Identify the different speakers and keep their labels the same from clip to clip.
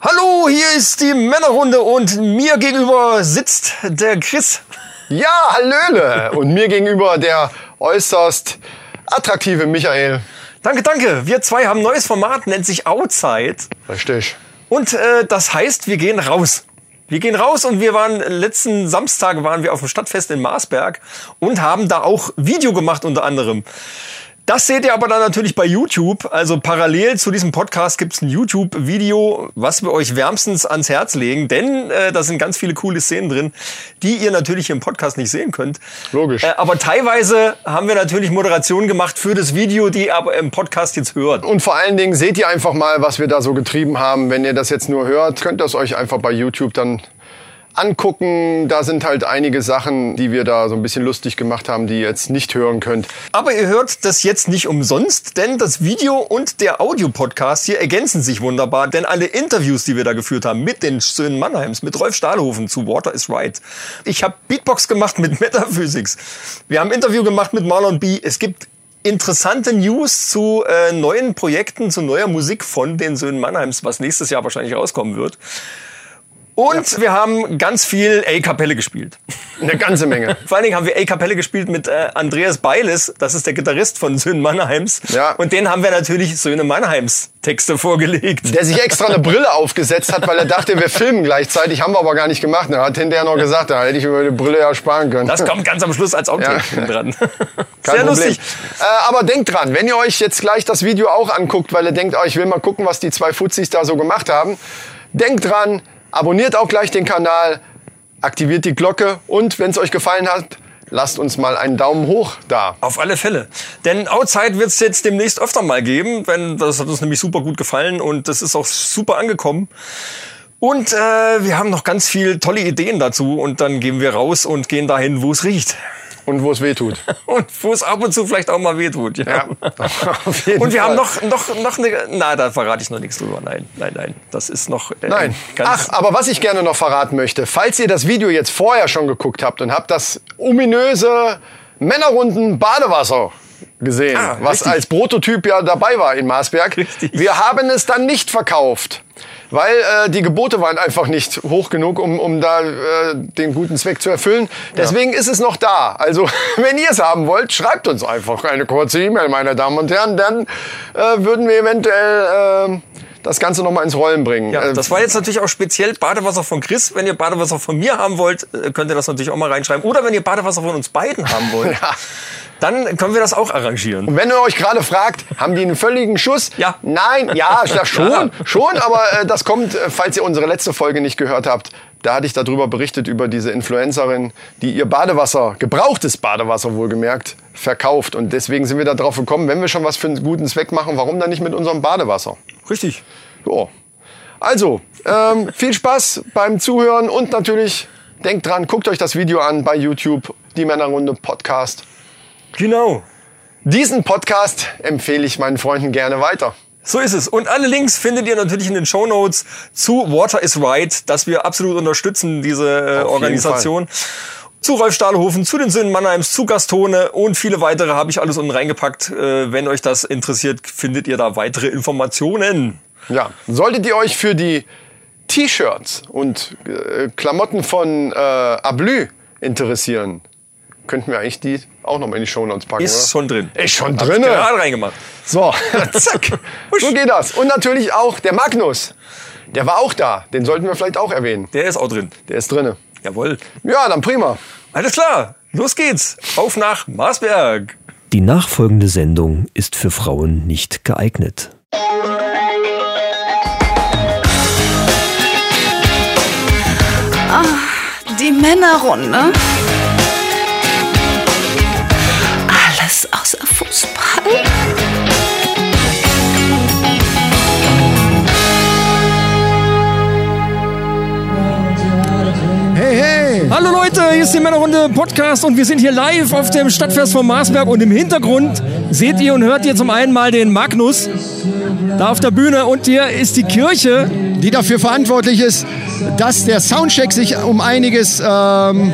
Speaker 1: Hallo, hier ist die Männerrunde und mir gegenüber sitzt der Chris.
Speaker 2: Ja, Hallöle! Und mir gegenüber der äußerst attraktive Michael.
Speaker 1: Danke, danke. Wir zwei haben ein neues Format, nennt sich Outside.
Speaker 2: Richtig.
Speaker 1: Und äh, das heißt, wir gehen raus. Wir gehen raus und wir waren letzten Samstag waren wir auf dem Stadtfest in Marsberg und haben da auch Video gemacht unter anderem. Das seht ihr aber dann natürlich bei YouTube. Also parallel zu diesem Podcast gibt's ein YouTube-Video, was wir euch wärmstens ans Herz legen, denn äh, da sind ganz viele coole Szenen drin, die ihr natürlich hier im Podcast nicht sehen könnt.
Speaker 2: Logisch.
Speaker 1: Äh, aber teilweise haben wir natürlich Moderationen gemacht für das Video, die ihr aber im Podcast jetzt hört.
Speaker 2: Und vor allen Dingen seht ihr einfach mal, was wir da so getrieben haben. Wenn ihr das jetzt nur hört, könnt ihr es euch einfach bei YouTube dann angucken. Da sind halt einige Sachen, die wir da so ein bisschen lustig gemacht haben, die ihr jetzt nicht hören könnt.
Speaker 1: Aber ihr hört das jetzt nicht umsonst, denn das Video und der Audiopodcast hier ergänzen sich wunderbar, denn alle Interviews, die wir da geführt haben mit den Söhnen Mannheims, mit Rolf Stahlhofen zu Water is Right. Ich habe Beatbox gemacht mit Metaphysics. Wir haben ein Interview gemacht mit Marlon B. Es gibt interessante News zu äh, neuen Projekten, zu neuer Musik von den Söhnen Mannheims, was nächstes Jahr wahrscheinlich rauskommen wird. Und wir haben ganz viel A-Kapelle gespielt.
Speaker 2: Eine ganze Menge.
Speaker 1: Vor allen Dingen haben wir A-Kapelle gespielt mit äh, Andreas Beiles, das ist der Gitarrist von Söhne Mannheims.
Speaker 2: Ja.
Speaker 1: Und den haben wir natürlich Söhne Mannheims Texte vorgelegt.
Speaker 2: Der sich extra eine Brille aufgesetzt hat, weil er dachte, wir filmen gleichzeitig, haben wir aber gar nicht gemacht. Er hat hinterher noch gesagt, da hätte ich mir die Brille ja sparen können.
Speaker 1: Das kommt ganz am Schluss als Outtake
Speaker 2: Ja.
Speaker 1: dran.
Speaker 2: Kein
Speaker 1: Sehr
Speaker 2: Problem.
Speaker 1: lustig.
Speaker 2: Äh, aber denkt dran, wenn ihr euch jetzt gleich das Video auch anguckt, weil ihr denkt, oh, ich will mal gucken, was die zwei Fuzis da so gemacht haben, denkt dran, abonniert auch gleich den Kanal, aktiviert die Glocke und wenn es euch gefallen hat, lasst uns mal einen Daumen hoch da.
Speaker 1: Auf alle Fälle. Denn Outside wird es jetzt demnächst öfter mal geben, wenn das hat uns nämlich super gut gefallen und das ist auch super angekommen. Und äh, wir haben noch ganz viel tolle Ideen dazu und dann gehen wir raus und gehen dahin, wo es riecht.
Speaker 2: Und wo es weh tut.
Speaker 1: Und wo es ab und zu vielleicht auch mal wehtut. Ja.
Speaker 2: Ja, auf jeden
Speaker 1: und wir haben
Speaker 2: Fall.
Speaker 1: noch, noch, noch eine. Na, da verrate ich noch nichts drüber. Nein, nein, nein. Das ist noch. äh,
Speaker 2: Nein.
Speaker 1: Ganz
Speaker 2: Ach, aber was ich gerne noch verraten möchte, falls ihr das Video jetzt vorher schon geguckt habt und habt das ominöse Männerrunden Badewasser gesehen,
Speaker 1: Ah,
Speaker 2: was
Speaker 1: richtig.
Speaker 2: als Prototyp ja dabei war in Marsberg.
Speaker 1: Richtig.
Speaker 2: Wir haben es dann nicht verkauft. Weil äh, die Gebote waren einfach nicht hoch genug, um, um da äh, den guten Zweck zu erfüllen. Deswegen ist es noch da. Also wenn ihr es haben wollt, schreibt uns einfach eine kurze E-Mail, meine Damen und Herren. Dann äh, würden wir eventuell äh, das Ganze nochmal ins Rollen bringen.
Speaker 1: Ja,
Speaker 2: Äh,
Speaker 1: das war jetzt natürlich auch speziell Badewasser von Chris. Wenn ihr Badewasser von mir haben wollt, äh, könnt ihr das natürlich auch mal reinschreiben. Oder wenn ihr Badewasser von uns beiden haben wollt,
Speaker 2: Ja.
Speaker 1: dann können wir das auch arrangieren.
Speaker 2: Und wenn ihr euch gerade fragt, haben die einen völligen Schuss?
Speaker 1: Ja.
Speaker 2: Nein, ja, ja,
Speaker 1: Ja.
Speaker 2: schon, schon, aber äh, das kommt, äh, falls ihr unsere letzte Folge nicht gehört habt, da hatte ich darüber berichtet, über diese Influencerin, die ihr Badewasser, gebrauchtes Badewasser wohlgemerkt, verkauft. Und deswegen sind wir da drauf gekommen, wenn wir schon was für einen guten Zweck machen, warum dann nicht mit unserem Badewasser?
Speaker 1: Richtig.
Speaker 2: Jo. Also, ähm, viel Spaß beim Zuhören und natürlich denkt dran, guckt euch das Video an bei YouTube, die Männerrunde Podcast.
Speaker 1: Genau.
Speaker 2: Diesen Podcast empfehle ich meinen Freunden gerne weiter.
Speaker 1: So ist es. Und alle Links findet ihr natürlich in den Show Notes zu Water is Right, dass wir absolut unterstützen, diese äh,
Speaker 2: Auf jeden
Speaker 1: Organisation. Zu Rolf Stahlhofen, zu den Söhnen Mannheims, zu Gastone und viele weitere habe ich alles unten reingepackt. Äh, wenn euch das interessiert, findet ihr da weitere Informationen.
Speaker 2: Ja, solltet ihr euch für die T-Shirts und äh, Klamotten von äh, Ablü interessieren, könnten wir eigentlich die auch noch mal in die Shownotes packen.
Speaker 1: Ist
Speaker 2: oder?
Speaker 1: schon drin.
Speaker 2: Ist schon
Speaker 1: Hab's
Speaker 2: drinne.
Speaker 1: Gerade reingemacht.
Speaker 2: So, zack. so geht das. Und natürlich auch der Magnus. Der war auch da. Den sollten wir vielleicht auch erwähnen.
Speaker 1: Der ist auch drin.
Speaker 2: Der ist drinne.
Speaker 1: Jawohl.
Speaker 2: Ja, dann prima.
Speaker 1: Alles klar, los geht's. Auf nach Marsberg.
Speaker 3: Die nachfolgende Sendung ist für Frauen nicht geeignet.
Speaker 4: Ah, Die Männerrunde. Alles außer Fußball.
Speaker 5: Hallo Leute, hier ist die Männerrunde Podcast und wir sind hier live auf dem Stadtfest von Marsberg und im Hintergrund seht ihr und hört ihr zum einen mal den Magnus da auf der Bühne und hier ist die Kirche.
Speaker 6: die dafür verantwortlich ist, dass der Soundcheck sich um einiges ähm,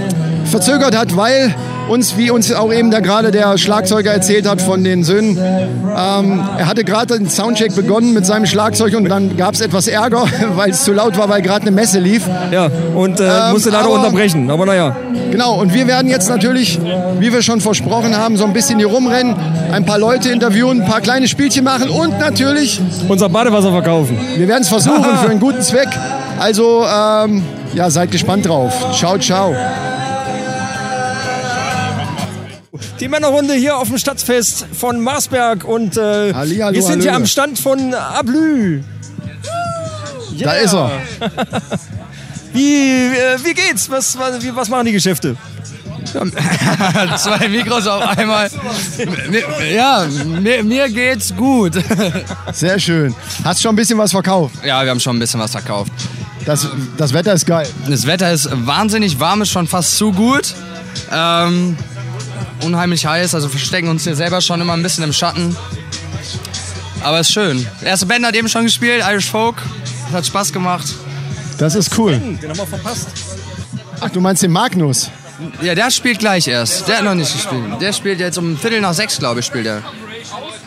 Speaker 6: verzögert hat, weil
Speaker 2: uns, wie uns auch eben da gerade der Schlagzeuger erzählt hat von den Söhnen, ähm, er hatte gerade den Soundcheck begonnen mit seinem Schlagzeug und dann gab es etwas Ärger, weil es zu laut war, weil gerade eine Messe lief.
Speaker 7: Ja, und äh,
Speaker 2: Ähm,
Speaker 7: musste leider
Speaker 2: aber-
Speaker 7: unterbrechen. Aber naja,
Speaker 2: Genau, und wir werden jetzt natürlich, wie wir schon versprochen haben, so ein bisschen hier rumrennen, ein paar Leute interviewen, ein paar kleine Spielchen machen und natürlich,
Speaker 7: unser Badewasser verkaufen.
Speaker 2: wir werden es versuchen
Speaker 7: Haha.
Speaker 2: für einen guten Zweck. Also, ähm, ja, seid gespannt drauf. Ciao, ciao.
Speaker 7: Die Männerrunde hier auf dem Stadtfest von Marsberg und äh,
Speaker 2: Hallihallo,
Speaker 7: wir sind hier
Speaker 2: Hallö.
Speaker 7: am Stand von Ablü.
Speaker 2: Da ist er.
Speaker 7: Wie, äh, wie geht's? Was, was, wie, was machen die Geschäfte?
Speaker 8: Zwei Mikros auf einmal. Mir- Ja, mir, mir geht's gut.
Speaker 2: Sehr schön. Hast schon ein bisschen was verkauft.
Speaker 8: Ja, wir haben schon ein bisschen was verkauft.
Speaker 2: Das, das Wetter ist geil.
Speaker 8: Das Wetter ist wahnsinnig warm, ist schon fast zu gut. Ähm, unheimlich heiß, also verstecken uns hier selber schon immer ein bisschen im Schatten. Aber ist schön. Erste Band hat eben schon gespielt, Irish Folk. Hat Spaß gemacht.
Speaker 2: Das ist cool.
Speaker 7: Den haben wir verpasst.
Speaker 2: Ach, du meinst den Magnus?
Speaker 8: Ja, der spielt gleich erst. Der hat noch nicht gespielt. Der spielt jetzt um Viertel nach sechs, glaube ich, spielt er.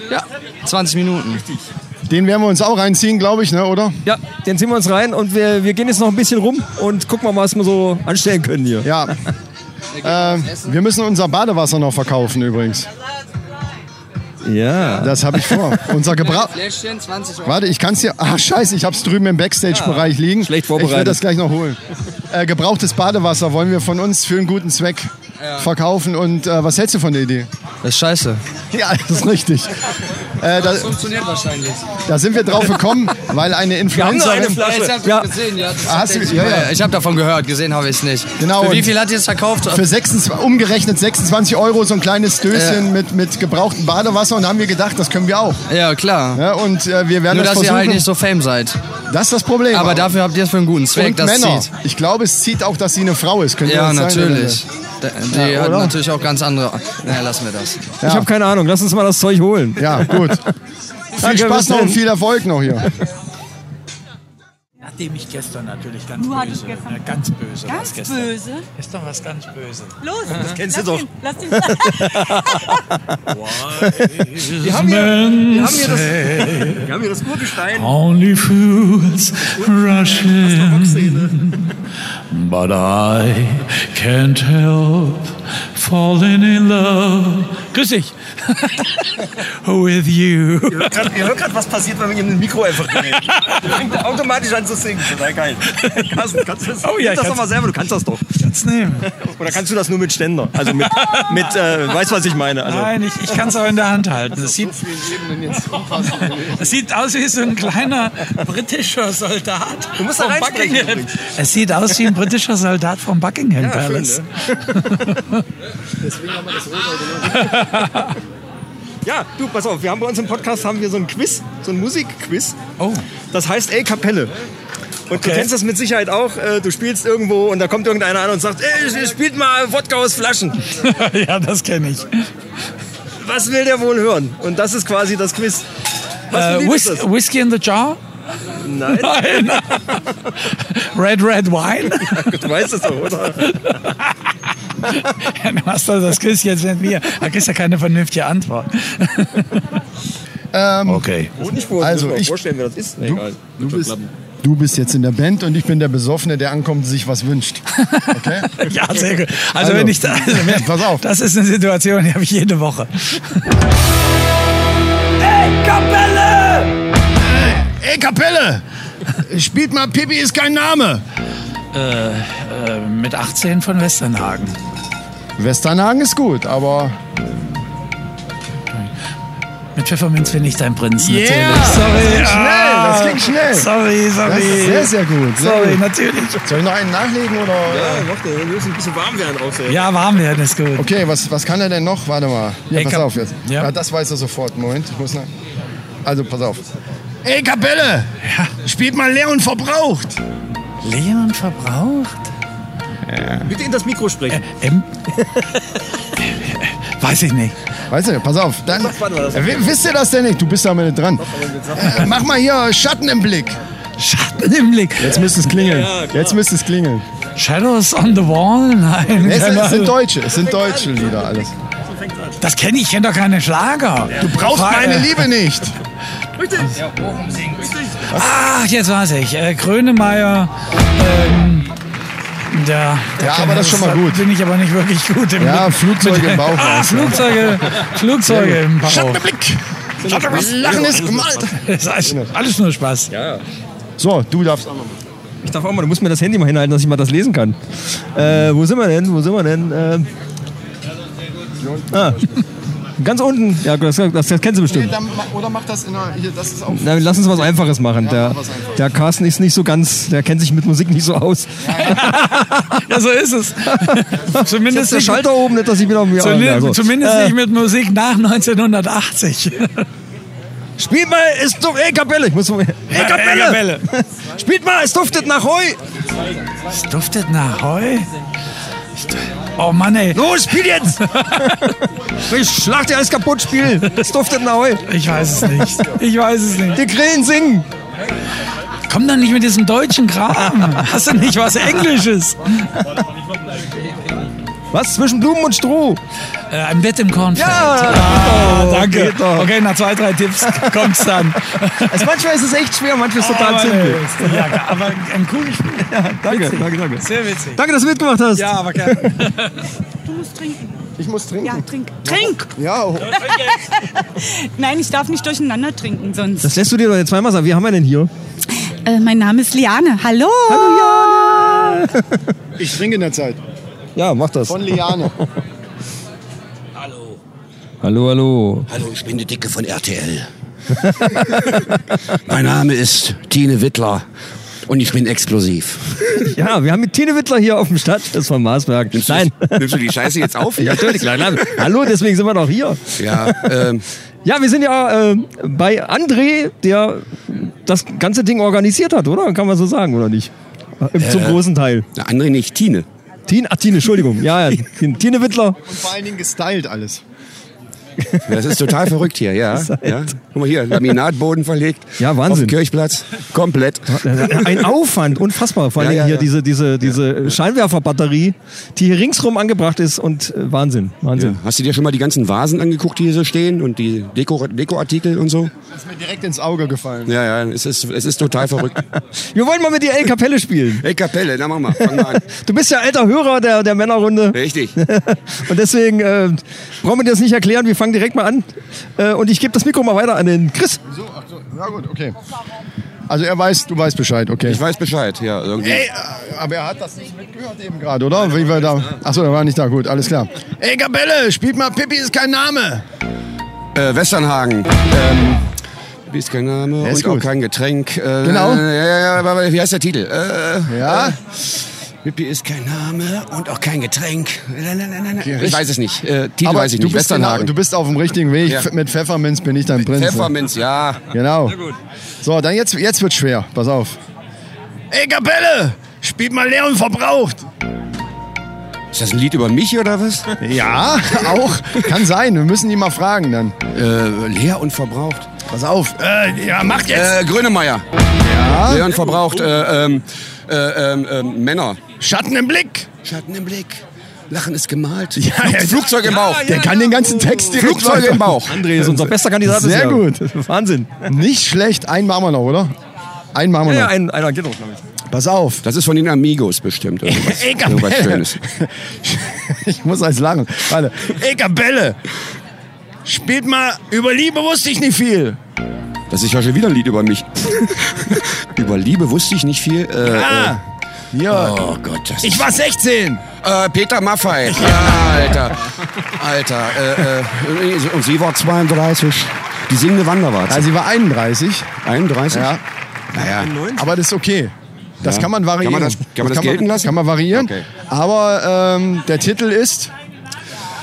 Speaker 8: Ja, 20 Minuten.
Speaker 2: Den werden wir uns auch reinziehen, glaube ich, ne, oder?
Speaker 7: Ja, den ziehen wir uns rein und wir, wir gehen jetzt noch ein bisschen rum und gucken mal, was wir so anstellen können hier.
Speaker 2: Ja. äh, wir müssen unser Badewasser noch verkaufen übrigens.
Speaker 7: Ja.
Speaker 2: Das habe ich vor. Unser Gebra
Speaker 8: Fläschchen, 20 Euro.
Speaker 2: Warte, ich kann es dir. Ach, scheiße, ich habe es drüben im Backstage-Bereich liegen.
Speaker 7: schlecht
Speaker 2: Ich werde
Speaker 7: vorbereitet.
Speaker 2: das gleich noch holen. Äh, gebrauchtes Badewasser wollen wir von uns für einen guten Zweck verkaufen. Und äh, was hältst du von der Idee?
Speaker 8: Das ist scheiße.
Speaker 2: Ja, das ist richtig. Äh, da,
Speaker 8: Funktioniert wahrscheinlich.
Speaker 2: da sind wir drauf gekommen, weil eine Influencerin.
Speaker 7: Ja.
Speaker 8: gesehen, ja. das
Speaker 2: Ah, hast du-
Speaker 8: tatsächlich-
Speaker 2: ja, ja.
Speaker 8: Ich habe davon gehört, gesehen habe ich es nicht.
Speaker 2: Genau,
Speaker 8: Für wie
Speaker 2: und-
Speaker 8: viel hat ihr es verkauft?
Speaker 2: Für 26, umgerechnet 26 Euro so ein kleines Döschen mit, mit gebrauchtem Badewasser und da haben wir gedacht, das können wir auch.
Speaker 8: Ja, klar.
Speaker 2: Ja, und äh, wir werden
Speaker 8: Nur,
Speaker 2: das
Speaker 8: dass ihr
Speaker 2: versuchen.
Speaker 8: halt nicht so fame seid.
Speaker 2: das ist das Problem.
Speaker 8: Aber dafür habt ihr es für einen guten Zweck,
Speaker 2: und
Speaker 8: das
Speaker 2: Männer.
Speaker 8: zieht.
Speaker 2: Ich glaube, es zieht auch, dass sie eine Frau ist. Könnte
Speaker 8: Ja,
Speaker 2: das sein,
Speaker 8: natürlich. Da- Die
Speaker 2: Ja,
Speaker 8: hat
Speaker 2: oder?
Speaker 8: natürlich auch ganz andere. Naja, lassen wir das.
Speaker 7: Ich habe keine Ahnung, lass uns mal das Zeug holen.
Speaker 2: Leute? Ja, gut. viel
Speaker 7: Danke, bis
Speaker 2: Spaß noch
Speaker 7: dann.
Speaker 2: und viel Erfolg noch hier.
Speaker 9: Nachdem ich gestern natürlich ganz
Speaker 10: Du hattest
Speaker 9: böse,
Speaker 10: gestern-
Speaker 9: ne, ganz böse, was
Speaker 10: Ganz
Speaker 9: gestern.
Speaker 10: böse.
Speaker 9: Gestern was ganz böse.
Speaker 10: Los, das
Speaker 7: kennst du
Speaker 10: lass
Speaker 7: doch.
Speaker 10: Ihn, lass ihn
Speaker 7: Wir haben hier, wir haben hier das, wir haben hier das Urgestein.
Speaker 9: Only fools rush in, but I can't help falling in love. Grüß dich. With you.
Speaker 1: Ihr hört gerade, was passiert, wenn wir ihm ein Mikro einfach geben. Fängt er automatisch an zu singen. Total geil. Carsten, kannst du das,
Speaker 9: Oh ja,
Speaker 1: Nimm
Speaker 9: ich
Speaker 1: das doch
Speaker 9: kann's-
Speaker 1: mal selber, du kannst das doch.
Speaker 9: Kannst nehmen.
Speaker 1: Oder kannst du das nur mit Ständer? Also mit, mit äh, weißt was ich meine? Also,
Speaker 9: Nein, ich, ich kann es auch in der Hand halten. Es sieht, es sieht aus wie so ein kleiner britischer Soldat. Du
Speaker 1: musst da reinsprechen übrigens.
Speaker 9: Es sieht aus wie ein britischer Soldat vom Buckingham Palace.
Speaker 1: ne? ja, du, pass auf, wir haben bei uns im Podcast haben wir so ein Quiz, so ein Musikquiz.
Speaker 9: Oh.
Speaker 1: Das heißt El Kapelle. Und du
Speaker 9: Okay.
Speaker 1: kennst das mit Sicherheit auch. äh, Du spielst irgendwo und da kommt irgendeiner an und sagt, ey, spielt mal Wodka aus Flaschen.
Speaker 9: ja, das kenne ich.
Speaker 1: Was will der wohl hören? Und das ist quasi das Quiz. Was für
Speaker 9: Äh,
Speaker 1: ein Lied ist
Speaker 9: Whis
Speaker 1: das?
Speaker 9: Whiskey in the Jar?
Speaker 1: Nein,
Speaker 9: Nein. red, red wine?
Speaker 1: du weißt es doch, oder?
Speaker 9: du hast doch das Quiz jetzt mit mir. Da kriegst du ja keine vernünftige Antwort.
Speaker 1: Ähm,
Speaker 9: okay.
Speaker 2: Also, ich-
Speaker 1: vorstellen, wer das ist. Nee, egal.
Speaker 2: Du bist, du bist jetzt in der Band und ich bin der Besoffene, der ankommt und sich was wünscht. Okay?
Speaker 9: Ja, sehr gut. Also,
Speaker 2: Also.
Speaker 9: wenn ich da, also, wenn-
Speaker 2: Pass auf.
Speaker 9: Das ist eine Situation, die habe ich jede Woche.
Speaker 2: Ey, Kapelle! Spielt mal Pippi ist kein Name.
Speaker 9: Äh, mit 18 von Westernhagen.
Speaker 2: Westernhagen ist gut, aber
Speaker 9: Mit Pfefferminz bin ich dein Prinz. Natürlich.
Speaker 2: Yeah!
Speaker 9: Sorry. Ah!
Speaker 2: schnell, das ging schnell.
Speaker 9: Sorry, sorry.
Speaker 2: das ist sehr, sehr gut. Sehr
Speaker 9: sorry,
Speaker 2: gut.
Speaker 9: natürlich.
Speaker 2: Soll ich noch einen nachlegen oder?
Speaker 1: Ja, warte, wir müssen ein bisschen warm werden auch so.
Speaker 9: Ja, warm werden ist gut.
Speaker 2: Okay, was, was kann er denn noch? Warte mal. Ja,
Speaker 9: Ey,
Speaker 2: pass
Speaker 9: Kap-
Speaker 2: auf jetzt.
Speaker 9: Ja.
Speaker 2: Ja. das weiß er sofort. Moment, ich muss noch. Also, pass auf. Ey, Kapelle! Spielt mal leer und verbraucht!
Speaker 9: Leon verbraucht?
Speaker 1: Bitte in das Mikro sprechen.
Speaker 9: Äh, M? Weiß ich nicht.
Speaker 2: Weißt du, pass auf. Dann,
Speaker 1: Warte mal, das-
Speaker 2: W- wisst ihr das denn nicht? Du bist damit dran. Äh, mach mal hier Schatten im Blick.
Speaker 9: Schatten im Blick.
Speaker 2: Jetzt müsste es klingeln. Jetzt müsste es klingeln.
Speaker 9: Shadows on the Wall? Nein.
Speaker 2: Es,
Speaker 9: keine
Speaker 2: es sind
Speaker 9: Ahnung.
Speaker 2: deutsche, es sind deutsche Lieder alles.
Speaker 9: das kenne ich, ich kenne doch keine Schlager. Du
Speaker 2: Brauchst meine Liebe nicht.
Speaker 9: Ach, jetzt weiß ich. Äh, Grönemeyer. Ähm, der, der
Speaker 2: Ja,
Speaker 9: kann
Speaker 2: aber das ist schon mal gut.
Speaker 9: Bin ich aber nicht wirklich gut im
Speaker 2: Ja,
Speaker 9: Mit-
Speaker 2: Flugzeuge im Bauch.
Speaker 9: Ah, Flugzeuge, Flugzeuge im Bauch.
Speaker 2: Schattenblick. Lachen ist gemalt.
Speaker 9: Das ist
Speaker 1: Genau.
Speaker 9: alles nur Spaß.
Speaker 2: So, du darfst.
Speaker 1: Ich darf auch mal, du musst mir das Handy mal hinhalten, dass ich mal das lesen kann. Äh, wo sind wir denn? Wo sind wir denn? Ähm, ah, ganz unten. Ja, das, das, das kennst du bestimmt.
Speaker 2: Oder mach das in der. Hier, das ist auch.
Speaker 1: Na, lass uns was Einfaches machen. Der, der Carsten ist nicht so ganz, der kennt sich mit Musik nicht so aus.
Speaker 9: Ja, so ist es.
Speaker 1: Jetzt
Speaker 9: zumindest
Speaker 1: der
Speaker 9: nicht,
Speaker 1: Schalter oben, nicht, dass ich wieder auf mich
Speaker 9: zumindest,
Speaker 1: ja, so.
Speaker 9: zumindest
Speaker 1: Äh,
Speaker 9: nicht mit Musik nach 1980.
Speaker 1: Spielt mal, ist doch eh Kapelle. Ich muss mal, eh Kapelle. Spielt mal, es duftet nach Heu.
Speaker 9: Es duftet nach Heu. Oh Mann, ey.
Speaker 1: Los, spiel jetzt. ich schlag dir alles kaputt, spiel. Es duftet nach Heu.
Speaker 9: Ich weiß es nicht. Ich weiß es nicht.
Speaker 1: Die Grillen singen.
Speaker 9: Komm doch nicht mit diesem deutschen Kram. Hast du nicht was Englisches?
Speaker 1: Was zwischen Blumen und Stroh?
Speaker 9: Äh, ein Bett im Kornfeld.
Speaker 1: Ah,
Speaker 9: Danke.
Speaker 1: geht doch.
Speaker 9: Okay, nach zwei, drei Tipps kommt's dann.
Speaker 1: Also manchmal ist es echt schwer, manchmal ist es total
Speaker 9: aber,
Speaker 1: simpel.
Speaker 9: äh, Ja, aber ein cooles Spiel.
Speaker 1: Danke, danke, danke.
Speaker 9: Sehr witzig.
Speaker 1: Danke, dass du mitgemacht hast.
Speaker 9: Ja, aber gerne.
Speaker 8: Du musst trinken.
Speaker 2: Ich muss trinken.
Speaker 8: Ja, trink. Trink!
Speaker 2: Ja, oh.
Speaker 8: Nein, ich darf nicht durcheinander trinken sonst.
Speaker 1: Das lässt du dir doch jetzt zweimal sagen. Wie haben wir denn hier?
Speaker 8: Äh, mein Name ist Liane. Hallo! Hallo
Speaker 2: ich trinke in der Zeit.
Speaker 1: Ja, mach das.
Speaker 2: Von Liane.
Speaker 1: Hallo, hallo.
Speaker 11: Hallo, ich bin die Dicke von RTL. mein Name ist Tine Wittler und ich bin explosiv.
Speaker 1: Ja, wir haben mit Tine Wittler hier auf dem Stadtfest von Marsberg. Nein.
Speaker 11: Nimmst du die Scheiße jetzt auf?
Speaker 1: Ja, natürlich, klar. Nein. Hallo, deswegen sind wir doch hier.
Speaker 11: Ja, ähm,
Speaker 1: Ja, wir sind ja äh, bei André, der das ganze Ding organisiert hat, oder? Kann man so sagen, oder nicht? Im- Zum großen Teil.
Speaker 11: Äh, na, andere nicht, Tine.
Speaker 1: Tine, ach, Tine, Entschuldigung. Ja, ja, Tine, Tine Wittler.
Speaker 2: Und vor allen Dingen gestylt alles.
Speaker 11: Das ist total verrückt hier, ja. ja. Guck mal hier, Laminatboden verlegt.
Speaker 1: halt Ja, Wahnsinn.
Speaker 11: Auf den Kirchplatz, komplett.
Speaker 1: Ein Aufwand, unfassbar. Vor allem
Speaker 11: Ja, ja,
Speaker 1: hier
Speaker 11: ja.
Speaker 1: diese, diese, diese Scheinwerferbatterie, die hier ringsrum angebracht ist und äh, Wahnsinn, Wahnsinn.
Speaker 11: Ja. Hast du dir schon mal die ganzen Vasen angeguckt, die hier so stehen und die Deko Dekoartikel und so?
Speaker 2: Das ist mir direkt ins Auge gefallen.
Speaker 11: Ja, ja, es ist, es ist total verrückt.
Speaker 1: Wir wollen mal mit dir El Kapelle spielen.
Speaker 11: Ey, Kapelle, na mach mal, fang mal an.
Speaker 1: Du bist ja alter Hörer der, der Männerrunde.
Speaker 11: Richtig.
Speaker 1: Und deswegen äh, brauchen wir dir das nicht erklären. Wir fangen direkt mal an. Äh, und ich gebe das Mikro mal weiter an den Chris.
Speaker 2: So, ach so. Ja gut, okay. Also er weiß, du weißt Bescheid, okay.
Speaker 11: Ich weiß Bescheid, ja, irgendwie.
Speaker 2: Ey, äh, aber er hat das nicht mitgehört eben gerade, oder? Wie wir da. Achso, er war nicht da. Gut, alles klar. Ey, Gabelle, spielt mal Pippi ist kein Name.
Speaker 11: Äh, Westernhagen. Ähm, wie ist kein Name
Speaker 2: ist
Speaker 11: und auch
Speaker 2: gut.
Speaker 11: kein Getränk. Äh,
Speaker 2: Genau.
Speaker 11: Ja, ja, ja, aber- aber wie heißt der Titel? Äh,
Speaker 2: Ja?
Speaker 11: Pippi ist kein Name und auch kein Getränk. La, la, la, la, la.
Speaker 2: richtig.
Speaker 11: Ich weiß es nicht. Äh, Titel weiß ich
Speaker 2: du
Speaker 11: nicht.
Speaker 2: bist, genau,
Speaker 11: Westernhagen.
Speaker 2: du bist auf dem richtigen Weg.
Speaker 11: Ja.
Speaker 2: F- Mit Pfefferminz bin ich dein Prinz. ne?
Speaker 11: Pfefferminz, ja.
Speaker 2: Genau. So, dann jetzt, jetzt wird's schwer. Pass auf. Ey, Gabelle, spielt mal leer und verbraucht.
Speaker 11: Ist das ein Lied über mich oder was?
Speaker 2: Ja, auch. Kann sein. Wir müssen die mal fragen dann.
Speaker 11: äh, leer und verbraucht.
Speaker 2: Pass auf. Äh, ja, macht
Speaker 11: Äh, Grönemeyer. Ja. Leer und verbraucht. Äh, ähm, äh, ähm, ähm, Männer.
Speaker 2: Schatten im Blick.
Speaker 11: Schatten im Blick. Lachen ist gemalt.
Speaker 2: ja.
Speaker 11: Flugzeug im Bauch.
Speaker 2: Der kann den ganzen Text direkt
Speaker 11: Flugzeuge
Speaker 2: weiter-
Speaker 11: im Bauch.
Speaker 1: André ist unser bester Kandidat.
Speaker 2: Sehr
Speaker 1: bisher.
Speaker 2: gut.
Speaker 1: Wahnsinn.
Speaker 2: Nicht schlecht. Einen machen wir noch, oder? Einen machen wir
Speaker 1: Ja,
Speaker 2: noch.
Speaker 1: ein, einer geht noch, glaube ich.
Speaker 2: Pass auf.
Speaker 11: Das ist von den Amigos bestimmt. Irgendwas,
Speaker 2: Ey,
Speaker 11: irgendwas
Speaker 2: Gabelle.
Speaker 11: Schönes.
Speaker 2: Ich muss als lachen. Warte. Ey, Gabelle. Spielt mal über Liebe wusste ich nicht viel.
Speaker 11: Das ist ja schon wieder ein Lied über mich. über Liebe wusste ich nicht viel. Äh,
Speaker 2: Ja.
Speaker 11: Oh Gott, das
Speaker 2: war 16.
Speaker 11: äh, Peter Maffei. Ja, Alter. Alter. Äh, äh, und sie war 32. Die singende Wander war
Speaker 2: Also sie war 31.
Speaker 11: 31.
Speaker 2: Ja.
Speaker 11: Naja.
Speaker 2: Aber das ist okay. Das
Speaker 11: Ja.
Speaker 2: kann man variieren.
Speaker 11: Kann man das- kann man das gelten lassen?
Speaker 2: Kann man variieren.
Speaker 11: Okay.
Speaker 2: Aber ähm, der Titel ist.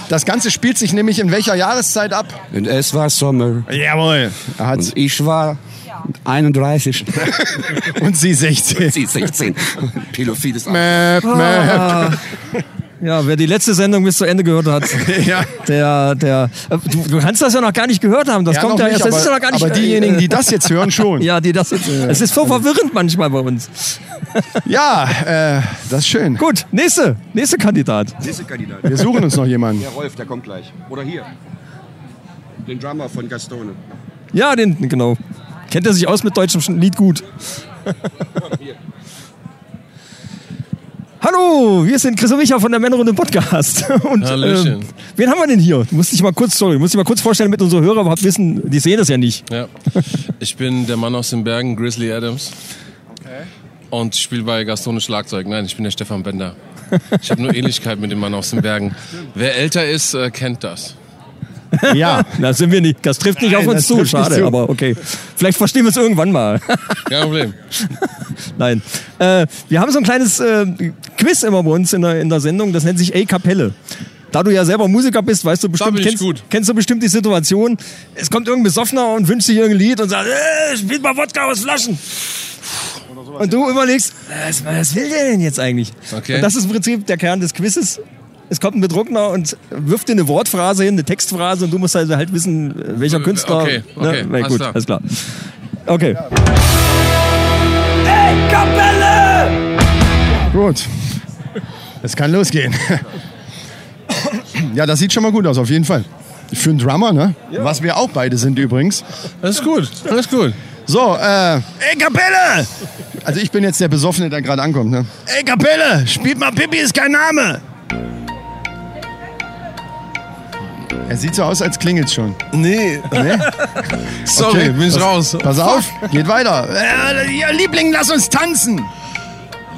Speaker 2: Das Ganze spielt sich nämlich in welcher Jahreszeit ab?
Speaker 11: Und es war Sommer.
Speaker 2: Jawohl. Er hat's.
Speaker 11: Und ich war 31.
Speaker 2: Und sie 16.
Speaker 11: sie 16. Pädophiles Ab-
Speaker 2: Mäp, mäp.
Speaker 1: Ah. Ja, wer die letzte Sendung bis zu Ende gehört hat,
Speaker 2: Ja.
Speaker 1: der, der, äh, du, du kannst das ja noch gar nicht gehört haben. Das
Speaker 2: Ja,
Speaker 1: kommt
Speaker 2: noch
Speaker 1: ja erst.
Speaker 2: nicht,
Speaker 1: das ist ja
Speaker 2: aber-
Speaker 1: noch gar nicht.
Speaker 2: aber diejenigen, die das jetzt hören, schon.
Speaker 1: ja, die das jetzt. Es ist so verwirrend manchmal bei uns.
Speaker 2: Ja, äh, das ist schön.
Speaker 1: Gut, nächste, nächste Kandidat.
Speaker 11: Nächste Kandidat.
Speaker 2: Wir suchen uns noch jemanden.
Speaker 11: Der Rolf, der kommt gleich. Oder hier. Den Drummer von Gastone.
Speaker 1: Ja, den, genau. Kennt er sich aus mit deutschem Sch- Lied gut. Hallo, wir sind Chris und Micha von der Männerrunde Podcast. Und, ähm,
Speaker 12: Hallöchen.
Speaker 1: wen haben wir denn hier? Du musst dich mal kurz, sorry, du musst dich mal kurz vorstellen, damit unsere Hörer überhaupt wissen, die sehen das ja nicht.
Speaker 12: Ja. Ich bin der Mann aus den Bergen, Grizzly Adams. Und ich spiele bei Gastone Schlagzeug. Nein, ich bin der Stefan Bender. Ich habe nur Ähnlichkeit mit dem Mann aus den Bergen. Wer älter ist, äh, kennt das.
Speaker 1: Ja. das sind wir nicht. Das trifft nicht
Speaker 12: Nein,
Speaker 1: auf uns
Speaker 12: das
Speaker 1: zu.
Speaker 12: trifft nicht
Speaker 1: Schade,
Speaker 12: zu.
Speaker 1: aber okay. Vielleicht verstehen wir es irgendwann mal.
Speaker 12: Kein Problem.
Speaker 1: Nein. Äh, wir haben so ein kleines äh, Quiz immer bei uns in der, in der Sendung, das nennt sich A Kapelle. Da du ja selber Musiker bist, weißt du bestimmt,
Speaker 12: bin ich
Speaker 1: kennst, kennst du bestimmt die Situation, es kommt irgendein Besoffener und wünscht sich irgendein Lied und sagt, äh, spielt mal Wodka aus Flaschen. Und du überlegst, was, was will der denn jetzt eigentlich?
Speaker 12: Okay.
Speaker 1: Und das ist im Prinzip der Kern des Quizzes. Es kommt ein Bedruckner und wirft dir eine Wortphrase hin, eine Textphrase und du musst also halt wissen, welcher Künstler.
Speaker 12: Äh,
Speaker 1: ne?
Speaker 12: okay, okay,
Speaker 1: na
Speaker 12: alles
Speaker 1: gut,
Speaker 12: klar.
Speaker 1: alles klar. Okay.
Speaker 4: Ey, Kapelle!
Speaker 2: Gut. Es kann losgehen. Ja, das sieht schon mal gut aus, auf jeden Fall. Für einen Drummer, ne? Was wir auch beide sind übrigens.
Speaker 12: Alles gut, alles gut.
Speaker 2: So, äh. Ey, Kapelle! Also ich bin jetzt der Besoffene, der gerade ankommt, ne? Ey, Kapelle! Spielt mal Pippi ist kein Name! Er sieht so aus, als klingelt's schon.
Speaker 12: Nee. Sorry, bin ich
Speaker 2: pass,
Speaker 12: raus.
Speaker 2: Pass auf, geht weiter. Äh, ja, Liebling, lass uns tanzen!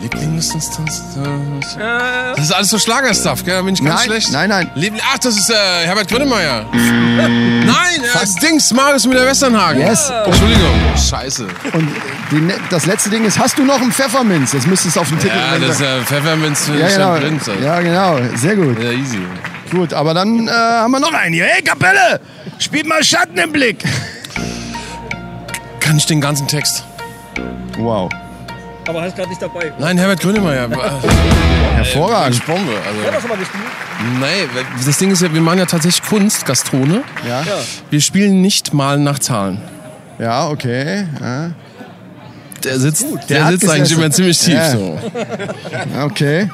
Speaker 12: Liebling, lass uns tanzen. Das ist alles so Schlagerstuff, gell? Da bin ich ganz
Speaker 2: Nein,
Speaker 12: schlecht.
Speaker 2: nein, nein.
Speaker 12: Liebling, ach, das ist äh, Herbert Grönemeyer. nein, äh, das Dings, Marius Müller-Westernhagen.
Speaker 2: Yes.
Speaker 12: Entschuldigung. Scheiße.
Speaker 2: Und die, ne- das letzte Ding ist, hast du noch einen Pfefferminz? Das müsstest du auf dem Ticket
Speaker 12: Ja, das ist äh, Pfefferminz
Speaker 2: ja, genau.
Speaker 12: blind. Alter.
Speaker 2: ja, genau. Sehr gut.
Speaker 12: Ja, easy.
Speaker 2: Gut, aber dann äh, haben wir noch einen hier. Hey, Kapelle! Spielt mal Schatten im Blick!
Speaker 12: Kann ich den ganzen Text?
Speaker 2: Wow.
Speaker 1: Aber hast gerade nicht dabei.
Speaker 12: Nein, Herbert Grönemeyer.
Speaker 2: Hervorragend.
Speaker 12: Äh, Bombe. Also.
Speaker 1: schon mal gespielt?
Speaker 12: Nein, das Ding ist ja, wir machen ja tatsächlich Kunst, Gastrone.
Speaker 2: Ja. Ja.
Speaker 12: Wir spielen nicht mal nach Zahlen.
Speaker 2: Ja, okay. Ja.
Speaker 12: Der sitzt,
Speaker 2: Der
Speaker 12: der
Speaker 2: hat
Speaker 12: sitzt eigentlich
Speaker 2: gesessen.
Speaker 12: immer ziemlich tief.
Speaker 2: Ja.
Speaker 12: So.
Speaker 2: Okay.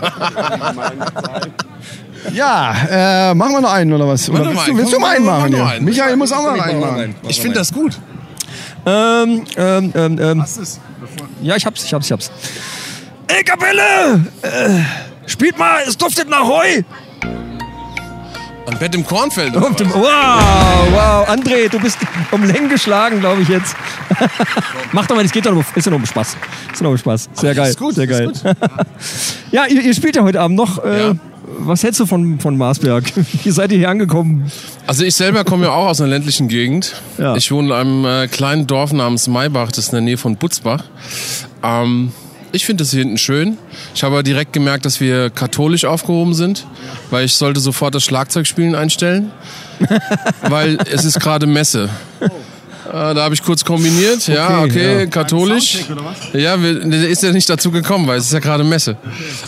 Speaker 2: Ja, äh, machen wir noch einen oder was? Oder
Speaker 12: Mach noch
Speaker 2: willst,
Speaker 12: einen,
Speaker 2: du, willst du
Speaker 12: komm,
Speaker 2: mal einen
Speaker 12: mach noch
Speaker 2: machen? hier?
Speaker 12: einen.
Speaker 2: Michael muss auch mal einen
Speaker 12: noch
Speaker 2: machen.
Speaker 12: Ich finde das gut.
Speaker 1: Ähm, ähm, ähm, ähm.
Speaker 2: es?
Speaker 1: Ja, ich hab's, ich hab's, ich hab's. Ey, Kapelle! Äh, spielt mal, es duftet nach Heu!
Speaker 12: Am Bett im Kornfeld. oder
Speaker 1: Und,
Speaker 12: was?
Speaker 1: wow, wow, André, du bist um Längen geschlagen, glaube ich jetzt. Mach doch mal, das geht doch nur, ist ja nur um Spaß. Ist ja nur um Spaß. Sehr geil,
Speaker 12: ist gut,
Speaker 1: sehr
Speaker 12: ist
Speaker 1: geil.
Speaker 12: gut.
Speaker 1: ja, ihr, ihr spielt ja heute Abend noch. Äh,
Speaker 12: Ja.
Speaker 1: Was hältst du von, von Marsberg? Wie seid ihr hier angekommen?
Speaker 12: Also ich selber komme ja auch aus einer ländlichen Gegend.
Speaker 1: Ja.
Speaker 12: Ich wohne in einem äh, kleinen Dorf namens Maybach, das ist in der Nähe von Butzbach. Ähm, ich finde das hier hinten schön. Ich habe aber direkt gemerkt, dass wir katholisch aufgehoben sind, weil ich sollte sofort das Schlagzeugspielen einstellen, weil es ist gerade Messe. Äh, Da habe ich kurz kombiniert, ja,
Speaker 1: Okay,
Speaker 12: okay,
Speaker 1: ja.
Speaker 12: katholisch. Ja, wir- der ist ja nicht dazu gekommen, weil es ist ja gerade Messe.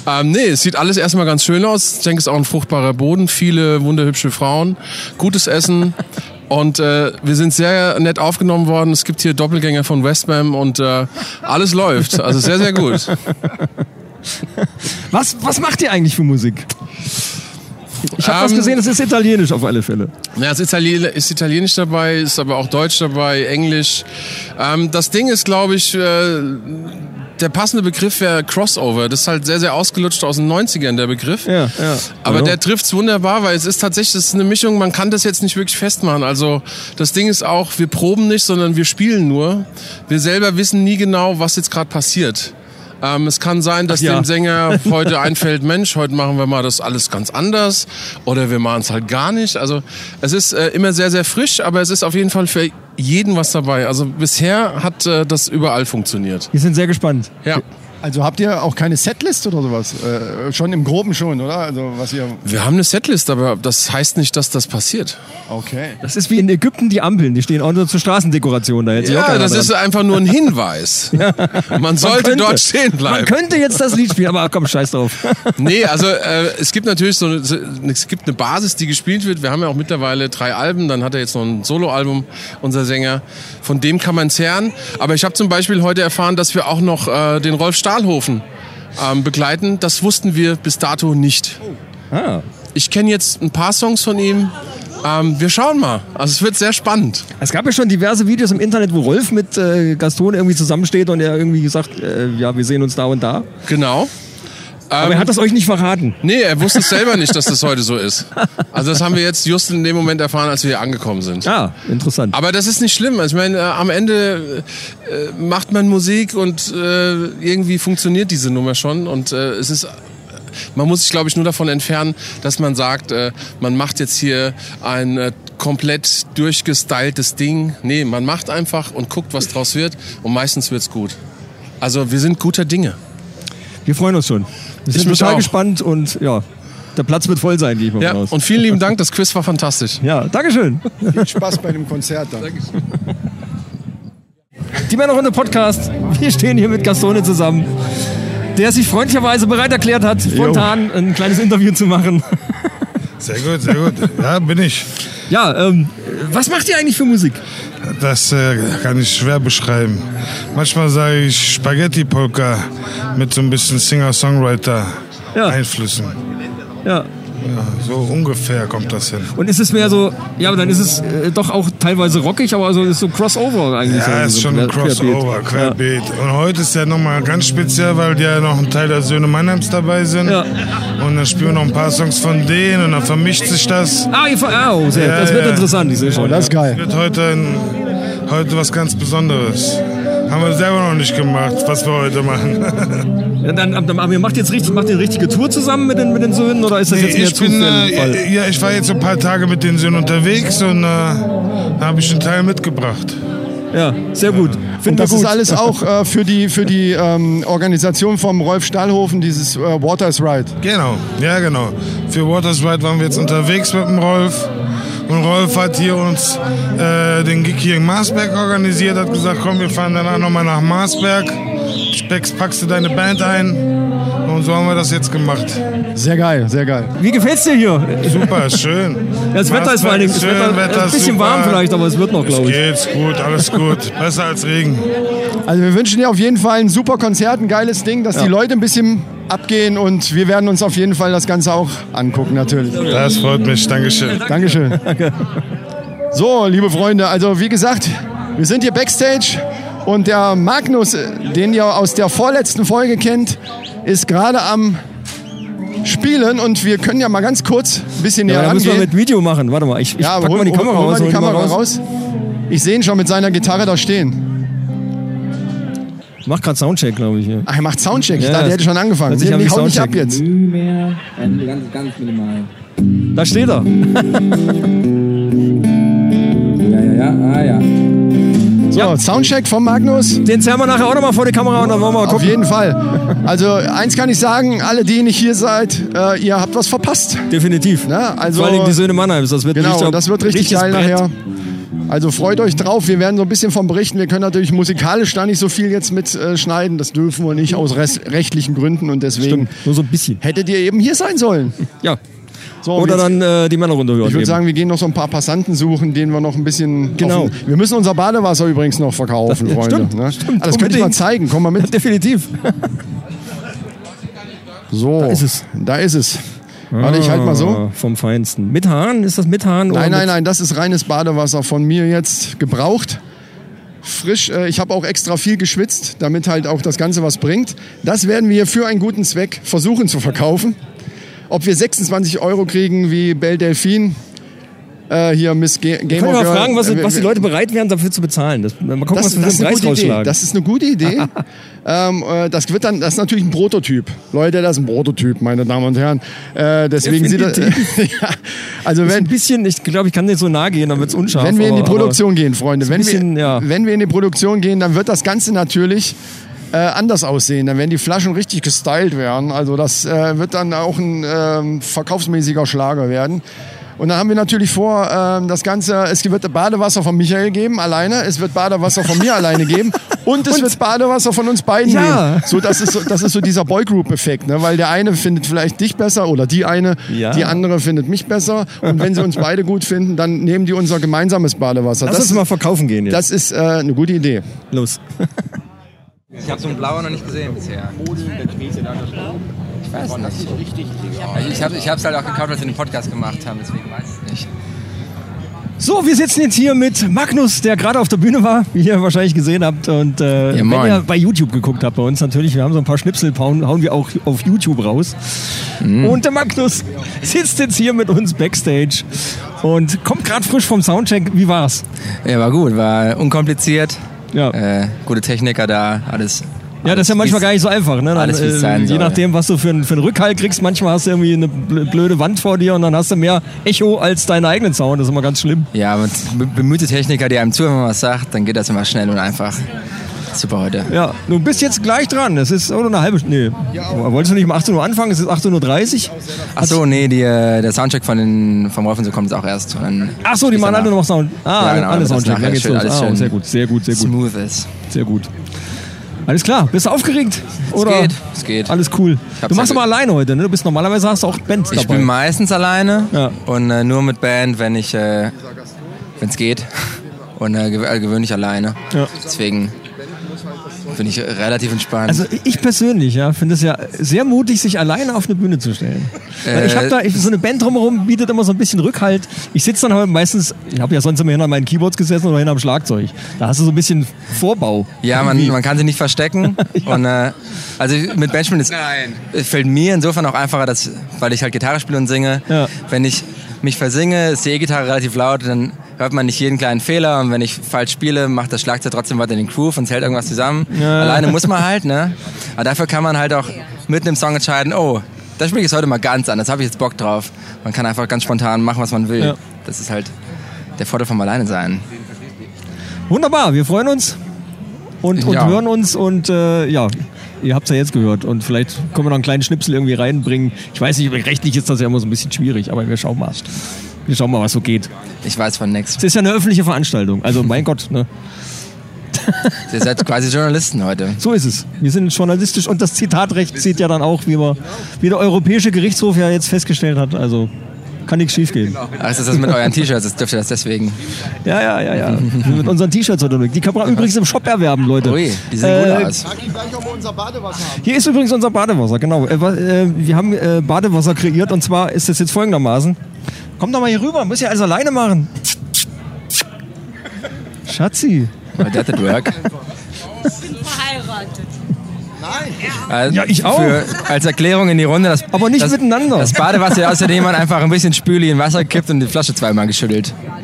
Speaker 12: Ähm, nee, es sieht alles erstmal ganz schön aus. Ich denke, es ist auch ein fruchtbarer Boden, viele wunderhübsche Frauen, gutes Essen. Und äh, wir sind sehr nett aufgenommen worden. Es gibt hier Doppelgänger von Westbam und äh, alles läuft. Also sehr, sehr gut.
Speaker 1: Was, was macht ihr eigentlich für Musik? Ich habe was
Speaker 12: Ähm,
Speaker 1: gesehen, es ist italienisch auf alle Fälle.
Speaker 12: Ja, es ist, Italien, ist Italienisch dabei, ist aber auch Deutsch dabei, Englisch. Ähm, das Ding ist, glaube ich, äh, der passende Begriff wäre Crossover. Das ist halt sehr, sehr ausgelutscht aus den 90ern, der Begriff.
Speaker 1: Ja, ja.
Speaker 12: Aber
Speaker 1: Ja.
Speaker 12: der trifft's wunderbar, weil es ist tatsächlich das ist eine Mischung, man kann das jetzt nicht wirklich festmachen. Also das Ding ist auch, wir proben nicht, sondern wir spielen nur. Wir selber wissen nie genau, was jetzt gerade passiert. Ähm, es kann sein, dass
Speaker 1: Ach ja.
Speaker 12: dem Sänger heute einfällt, Mensch, heute machen wir mal das alles ganz anders oder wir machen es halt gar nicht. Also es ist äh, immer sehr, sehr frisch, aber es ist auf jeden Fall für jeden was dabei. Also bisher hat äh, das überall funktioniert.
Speaker 1: Wir sind sehr gespannt.
Speaker 12: Ja.
Speaker 2: Also habt ihr auch keine Setlist oder sowas? Äh, schon im Groben schon, oder? Also was ihr.
Speaker 12: Wir haben eine Setlist, aber das heißt nicht, dass das passiert.
Speaker 2: Okay.
Speaker 1: Das ist wie in Ägypten die Ampeln, die stehen auch nur zur Straßendekoration. Da hält sich auch
Speaker 12: Ja,
Speaker 1: keiner
Speaker 12: das
Speaker 1: dran.
Speaker 12: ist einfach nur ein Hinweis. Man sollte
Speaker 1: könnte-
Speaker 12: dort stehen
Speaker 1: Man
Speaker 12: bleiben.
Speaker 1: könnte jetzt das Lied spielen, aber komm, scheiß drauf.
Speaker 12: nee, also äh, es gibt natürlich so eine, so- es gibt eine Basis, die gespielt wird. Wir haben ja auch mittlerweile drei Alben, dann hat er jetzt noch ein Soloalbum, unser Sänger. Von dem kann man zerren. Aber ich habe zum Beispiel heute erfahren, dass wir auch noch äh, den Rolf Stahlhofen ähm, begleiten. Das wussten wir bis dato nicht. Ich kenne jetzt ein paar Songs von ihm. Ähm, wir schauen mal. Also es wird sehr spannend.
Speaker 1: Es gab ja schon diverse Videos im Internet, wo Rolf mit äh, Gaston irgendwie zusammensteht und er irgendwie gesagt, äh, ja, wir sehen uns da und da.
Speaker 12: Genau. Ähm,
Speaker 1: Aber er hat das euch nicht verraten.
Speaker 12: Nee, er wusste es selber nicht, dass das heute so ist. Also das haben wir jetzt just in dem Moment erfahren, als wir hier angekommen sind.
Speaker 1: Ja, interessant.
Speaker 12: Aber das ist nicht schlimm. Also ich meine, äh, am Ende äh, macht man Musik und äh, irgendwie funktioniert diese Nummer schon. Und äh, es ist, man muss sich, glaube ich, nur davon entfernen, dass man sagt, äh, man macht jetzt hier ein äh, komplett durchgestyltes Ding. Nee, man macht einfach und guckt, was draus wird. Und meistens wird's gut. Also wir sind guter Dinge.
Speaker 1: Wir freuen uns schon. Wir
Speaker 12: Ich
Speaker 1: sind
Speaker 12: mich
Speaker 1: total
Speaker 12: auch.
Speaker 1: gespannt und ja, der Platz wird voll sein, gehe ich mal
Speaker 12: Ja,
Speaker 1: von aus.
Speaker 12: und vielen lieben Dank, das Quiz war fantastisch.
Speaker 1: Ja, Dankeschön.
Speaker 2: Viel Spaß bei dem Konzert dann.
Speaker 1: Die Männerrunde Podcast. Wir stehen hier mit Gastone zusammen, der sich freundlicherweise bereit erklärt hat, spontan ein kleines Interview zu machen.
Speaker 13: Sehr gut, sehr gut. Ja, bin ich.
Speaker 1: Ja, ähm, was macht ihr eigentlich für Musik?
Speaker 13: Das äh, kann ich schwer beschreiben. Manchmal sage ich Spaghetti-Polka mit so ein bisschen Singer-Songwriter-Einflüssen.
Speaker 1: Ja.
Speaker 13: So ungefähr kommt das hin.
Speaker 1: Und ist es mehr so, ja, aber dann ist es äh, doch auch teilweise rockig, aber so ist so Crossover eigentlich.
Speaker 13: Ja,
Speaker 1: so,
Speaker 13: ist
Speaker 1: so
Speaker 13: schon ein
Speaker 1: quer-
Speaker 13: Crossover,
Speaker 1: querbeet.
Speaker 13: Querbeet. Und heute ist ja nochmal ganz speziell, weil ja noch ein Teil der Söhne Mannheims dabei sind. Und dann spielen wir noch ein paar Songs von denen und dann vermischt sich das.
Speaker 1: Ah, ihr ver- ah, oh, sehr. Das wird interessant, ich sehe schon. Oh, das ist geil.
Speaker 13: Das wird heute, ein, heute was ganz Besonderes. Haben wir selber noch nicht gemacht, was wir heute machen.
Speaker 1: Ja, dann, dann, aber ihr macht jetzt richtig, macht ihr eine richtige Tour zusammen mit den, mit den Söhnen oder ist das
Speaker 13: Nee,
Speaker 1: jetzt mehr
Speaker 13: ich bin,
Speaker 1: Zufall?
Speaker 13: äh, ja, ich war jetzt so ein paar Tage mit den Söhnen unterwegs und äh, habe ich einen Teil mitgebracht.
Speaker 1: Ja, sehr gut.
Speaker 2: Und das ist alles auch äh, für die, für die ähm, Organisation vom Rolf Stahlhofen, dieses äh, Water is Right.
Speaker 13: Genau, ja genau. Für Waters Ride waren wir jetzt unterwegs mit dem Rolf. Und Rolf hat hier uns äh, den Gig hier in Marsberg organisiert, hat gesagt, komm, wir fahren danach nochmal nach Marsberg. Specks, packst du deine Band ein. Und so haben wir das jetzt gemacht.
Speaker 2: Sehr geil, sehr geil.
Speaker 1: Wie gefällt's dir hier?
Speaker 13: Super, schön.
Speaker 1: Das Wetter ist vor allen Dingen- das
Speaker 13: Marsberg
Speaker 1: Wetter- ein bisschen
Speaker 13: super.
Speaker 1: warm vielleicht, aber es wird noch, glaub ich.
Speaker 13: Es geht's gut, alles gut. Besser als Regen.
Speaker 2: Also wir wünschen dir auf jeden Fall ein super Konzert, ein geiles Ding, dass die Leute ein bisschen abgehen und wir werden uns auf jeden Fall das Ganze auch angucken natürlich.
Speaker 13: Das freut mich, Dankeschön.
Speaker 2: Dankeschön. So, liebe Freunde, also wie gesagt, wir sind hier Backstage und der Magnus, äh, den ihr aus der vorletzten Folge kennt, ist gerade am Spielen und wir können ja mal ganz kurz ein bisschen näher
Speaker 1: Ja, da müssen wir
Speaker 2: rangehen.
Speaker 1: mit Video machen. Warte mal, ich, ich pack
Speaker 2: hol-
Speaker 1: mal die
Speaker 2: hol-
Speaker 1: Kamera
Speaker 2: hol
Speaker 1: raus.
Speaker 2: Mal die
Speaker 1: hol
Speaker 2: Kamera raus. Ich sehe ihn schon mit seiner Gitarre da stehen.
Speaker 1: Mach grad Soundcheck, glaube ich. Hier.
Speaker 2: Ach, er macht Soundcheck. Ich
Speaker 1: Ja,
Speaker 2: dachte,
Speaker 1: das-
Speaker 2: er hätte schon angefangen.
Speaker 1: plötzlich
Speaker 2: Nee,
Speaker 1: habe ich
Speaker 2: hau nicht ab
Speaker 1: Soundcheck.
Speaker 2: jetzt.
Speaker 14: Ganz, ganz minimal.
Speaker 1: Da steht er.
Speaker 14: Ja, ja, ja, ah, ja.
Speaker 2: So, Soundcheck von Magnus.
Speaker 1: Den zerren wir nachher auch nochmal vor die Kamera und dann wollen wir mal
Speaker 2: gucken. Auf jeden Fall. Also eins kann ich sagen, alle, die nicht hier seid, äh, ihr habt was verpasst.
Speaker 1: Definitiv.
Speaker 2: Ne? Also,
Speaker 1: Vor allem die Söhne Mannheims. Das wird ein
Speaker 2: genau,
Speaker 1: richtiger-
Speaker 2: das wird richtig
Speaker 1: richtiges
Speaker 2: geil
Speaker 1: Brett.
Speaker 2: nachher. Also freut euch drauf, wir werden so ein bisschen vom berichten. Wir können natürlich musikalisch da nicht so viel jetzt mit äh, schneiden, das dürfen wir nicht aus res- rechtlichen Gründen und deswegen
Speaker 1: nur so ein bisschen.
Speaker 2: hättet ihr eben hier sein sollen.
Speaker 1: Ja.
Speaker 2: So, und
Speaker 1: Oder
Speaker 2: jetzt-
Speaker 1: dann äh, die Männerrunde hören.
Speaker 2: Ich würde
Speaker 1: eben.
Speaker 2: sagen, wir gehen noch so ein paar Passanten suchen, denen wir noch ein bisschen.
Speaker 1: Genau.
Speaker 2: offen- Wir müssen unser Badewasser übrigens noch verkaufen,
Speaker 1: Das-
Speaker 2: Freunde.
Speaker 1: stimmt,
Speaker 2: ne?
Speaker 1: stimmt,
Speaker 2: ah, das könnte ich mal
Speaker 1: unbedingt.
Speaker 2: zeigen. Komm mal mit.
Speaker 1: Definitiv.
Speaker 2: So. Da ist
Speaker 1: es.
Speaker 2: Da ist es. Warte, ich halt mal so.
Speaker 1: Ah, Vom Feinsten. Mit Haaren? Ist das mit Haaren? oder
Speaker 2: Nein, nein,
Speaker 1: mit-
Speaker 2: nein, das ist reines Badewasser von mir jetzt gebraucht. Frisch, äh, ich habe auch extra viel geschwitzt, damit halt auch das Ganze was bringt. Das werden wir für einen guten Zweck versuchen zu verkaufen. Ob wir 26 Euro kriegen wie Belle Delphine, äh, hier Miss Ga Game
Speaker 1: Können
Speaker 2: of
Speaker 1: wir mal
Speaker 2: Girl.
Speaker 1: fragen, was,
Speaker 2: Äh, wir-
Speaker 1: was die
Speaker 2: wir-
Speaker 1: Leute bereit wären, dafür zu bezahlen? Das, äh, mal gucken, was wir für
Speaker 2: ist
Speaker 1: einen Preis
Speaker 2: eine gute Idee.
Speaker 1: rausschlagen.
Speaker 2: Das ist eine gute Idee. ähm, äh, das wird dann, das ist natürlich ein Prototyp. Leute, das ist ein Prototyp, meine Damen und Herren. Äh, deswegen sieht das, ja, also
Speaker 1: Ist
Speaker 2: wenn,
Speaker 1: ein bisschen, ich glaube, ich kann nicht so nahe gehen, dann wird es unscharf.
Speaker 2: wenn wir in die
Speaker 1: aber-
Speaker 2: Produktion
Speaker 1: aber-
Speaker 2: gehen, Freunde,
Speaker 1: Ist ein
Speaker 2: wenn,
Speaker 1: bisschen,
Speaker 2: wir,
Speaker 1: ja.
Speaker 2: wenn wir in die Produktion gehen, dann wird das Ganze natürlich äh, äh, anders aussehen. Dann werden die Flaschen richtig gestylt werden. Also das äh, wird dann auch ein ähm, verkaufsmäßiger Schlager werden. Und dann haben wir natürlich vor, ähm, das Ganze, es wird Badewasser von Michael geben, alleine, es wird Badewasser von mir alleine geben und es wird Badewasser von uns beiden
Speaker 1: Ja.
Speaker 2: geben. So, das ist so, das ist so dieser Boygroup-Effekt, ne? weil der eine findet vielleicht dich besser oder die eine,
Speaker 15: Ja.
Speaker 2: die andere findet mich besser und wenn sie uns beide gut finden, dann nehmen die unser gemeinsames Badewasser.
Speaker 15: Lass uns mal verkaufen gehen jetzt.
Speaker 2: Das ist äh, eine gute Idee.
Speaker 15: Los.
Speaker 16: Ich habe so einen blauen noch nicht gesehen bisher. Ich weiß nicht. Ich habe es halt auch gekauft, als wir den Podcast gemacht haben, deswegen weiß ich es nicht.
Speaker 1: So, wir sitzen jetzt hier mit Magnus, der gerade auf der Bühne war, wie ihr wahrscheinlich gesehen habt. Und äh, wenn
Speaker 17: moin.
Speaker 1: ihr bei YouTube geguckt habt bei uns natürlich, wir haben so ein paar Schnipsel, hauen, hauen wir auch auf YouTube raus.
Speaker 16: Mhm.
Speaker 1: Und der Magnus sitzt jetzt hier mit uns Backstage und kommt gerade frisch vom Soundcheck. Wie war's?
Speaker 16: Ja, war gut, war unkompliziert. Ja. Äh, gute Techniker da, alles.
Speaker 1: Ja, das ist ja manchmal gar nicht so einfach. Ne? Dann,
Speaker 16: alles, wie's
Speaker 1: äh,
Speaker 16: sein
Speaker 1: je
Speaker 16: soll,
Speaker 1: nachdem, was du für einen, für einen Rückhalt kriegst, manchmal hast du irgendwie eine bl- blöde Wand vor dir und dann hast du mehr Echo als deinen eigenen Sound. Das ist immer ganz schlimm.
Speaker 16: Ja, aber be- bemühte Techniker, die einem zu, wenn man was sagt, dann geht das immer schnell und einfach. Super heute.
Speaker 1: Ja, du bist jetzt gleich dran. Es ist oh, oder eine halbe Stunde. Nee. Wolltest du nicht um 18 Uhr anfangen? Es ist 18.30 Uhr.
Speaker 16: Achso, nee, die, äh, der Soundcheck von den, vom Rolf und so kommt jetzt auch erst. Und dann
Speaker 1: Achso, die machen alle noch Sound. Ah,
Speaker 16: Ja, genau,
Speaker 1: alle
Speaker 16: das
Speaker 1: Soundcheck.
Speaker 16: nachher
Speaker 1: Dann geht's
Speaker 16: schön,
Speaker 1: los.
Speaker 16: alles
Speaker 1: Ah,
Speaker 16: schön
Speaker 1: sehr gut, sehr gut, sehr gut.
Speaker 16: Smooth ist.
Speaker 1: Sehr gut. Alles klar, bist du aufgeregt? Oder
Speaker 16: geht, es geht.
Speaker 1: Alles cool.
Speaker 16: hab's
Speaker 1: Du machst
Speaker 16: ja
Speaker 1: aber alleine heute, ne? Du bist normalerweise hast du auch Bands
Speaker 16: Ich
Speaker 1: dabei.
Speaker 16: bin meistens alleine und äh, nur mit Band, wenn ich, äh, wenn es geht. Und äh, gew- äh, gewöhnlich alleine.
Speaker 1: Ja.
Speaker 16: Deswegen bin ich relativ entspannt.
Speaker 1: Also ich persönlich ja, finde es ja sehr mutig, sich alleine auf eine Bühne zu stellen. Weil ich
Speaker 16: Äh,
Speaker 1: habe da ich, so eine Band drumherum, bietet immer so ein bisschen Rückhalt. Ich sitze dann halt meistens, ich habe ja sonst immer hin an meinen Keyboards gesessen oder hin am Schlagzeug. Da hast du so ein bisschen Vorbau.
Speaker 16: ja, man,
Speaker 1: Irgendwie.
Speaker 16: man kann sie nicht verstecken. und, äh, also mit Benjamin ist, es fällt mir insofern auch einfacher, dass, weil ich halt Gitarre spiele und singe. Wenn ich mich versinge, ist die E-Gitarre relativ laut, dann hört man nicht jeden kleinen Fehler. Und wenn ich falsch spiele, macht das Schlagzeug trotzdem weiter den Groove und es hält irgendwas zusammen.
Speaker 1: Ja.
Speaker 16: Alleine muss man halt, ne? Aber dafür kann man halt auch mitten im Song entscheiden, oh, das spiele ich jetzt heute mal ganz anders, habe ich jetzt Bock drauf. Man kann einfach ganz spontan machen, was man will.
Speaker 1: Ja.
Speaker 16: Das ist halt der Vorteil vom Alleine sein.
Speaker 1: Wunderbar, wir freuen uns und, und
Speaker 16: Ja.
Speaker 1: hören uns und äh, ja, ihr habt es ja jetzt gehört und vielleicht können wir noch einen kleinen Schnipsel irgendwie reinbringen. Ich weiß nicht, rechtlich ist das ja immer so ein bisschen schwierig, aber wir schauen mal. Wir schauen mal, was so geht.
Speaker 16: Ich weiß von nichts.
Speaker 1: Es ist ja eine öffentliche Veranstaltung, also mein Gott, ne?
Speaker 16: Ihr seid quasi Journalisten heute.
Speaker 1: So ist es. Wir sind journalistisch und das Zitatrecht zieht ja dann auch, wie, wir, wie der Europäische Gerichtshof ja jetzt festgestellt hat. Also kann nichts schiefgehen.
Speaker 16: Ach, Also ist das das mit euren T-Shirts? Das dürft ihr das deswegen.
Speaker 1: Ja, ja, ja, ja. mit unseren T-Shirts unterwegs. Die kann man übrigens im Shop erwerben, Leute. Äh,
Speaker 16: Ui, die sehen gut aus.
Speaker 1: Hier ist übrigens unser Badewasser, genau. Äh, wa- äh, wir haben äh, Badewasser kreiert und zwar ist das jetzt folgendermaßen. Komm doch mal hier rüber, müsst ihr alles alleine machen. Schatzi.
Speaker 16: Weil der hat das Work.
Speaker 8: Verheiratet.
Speaker 16: Äh,
Speaker 1: Ja, ich auch.
Speaker 16: Für, als Erklärung in die Runde. Das,
Speaker 1: Aber nicht
Speaker 16: das,
Speaker 1: miteinander.
Speaker 16: Das Badewasser, außerdem man einfach ein bisschen Spüli in Wasser kippt und die Flasche zweimal geschüttelt. Ah,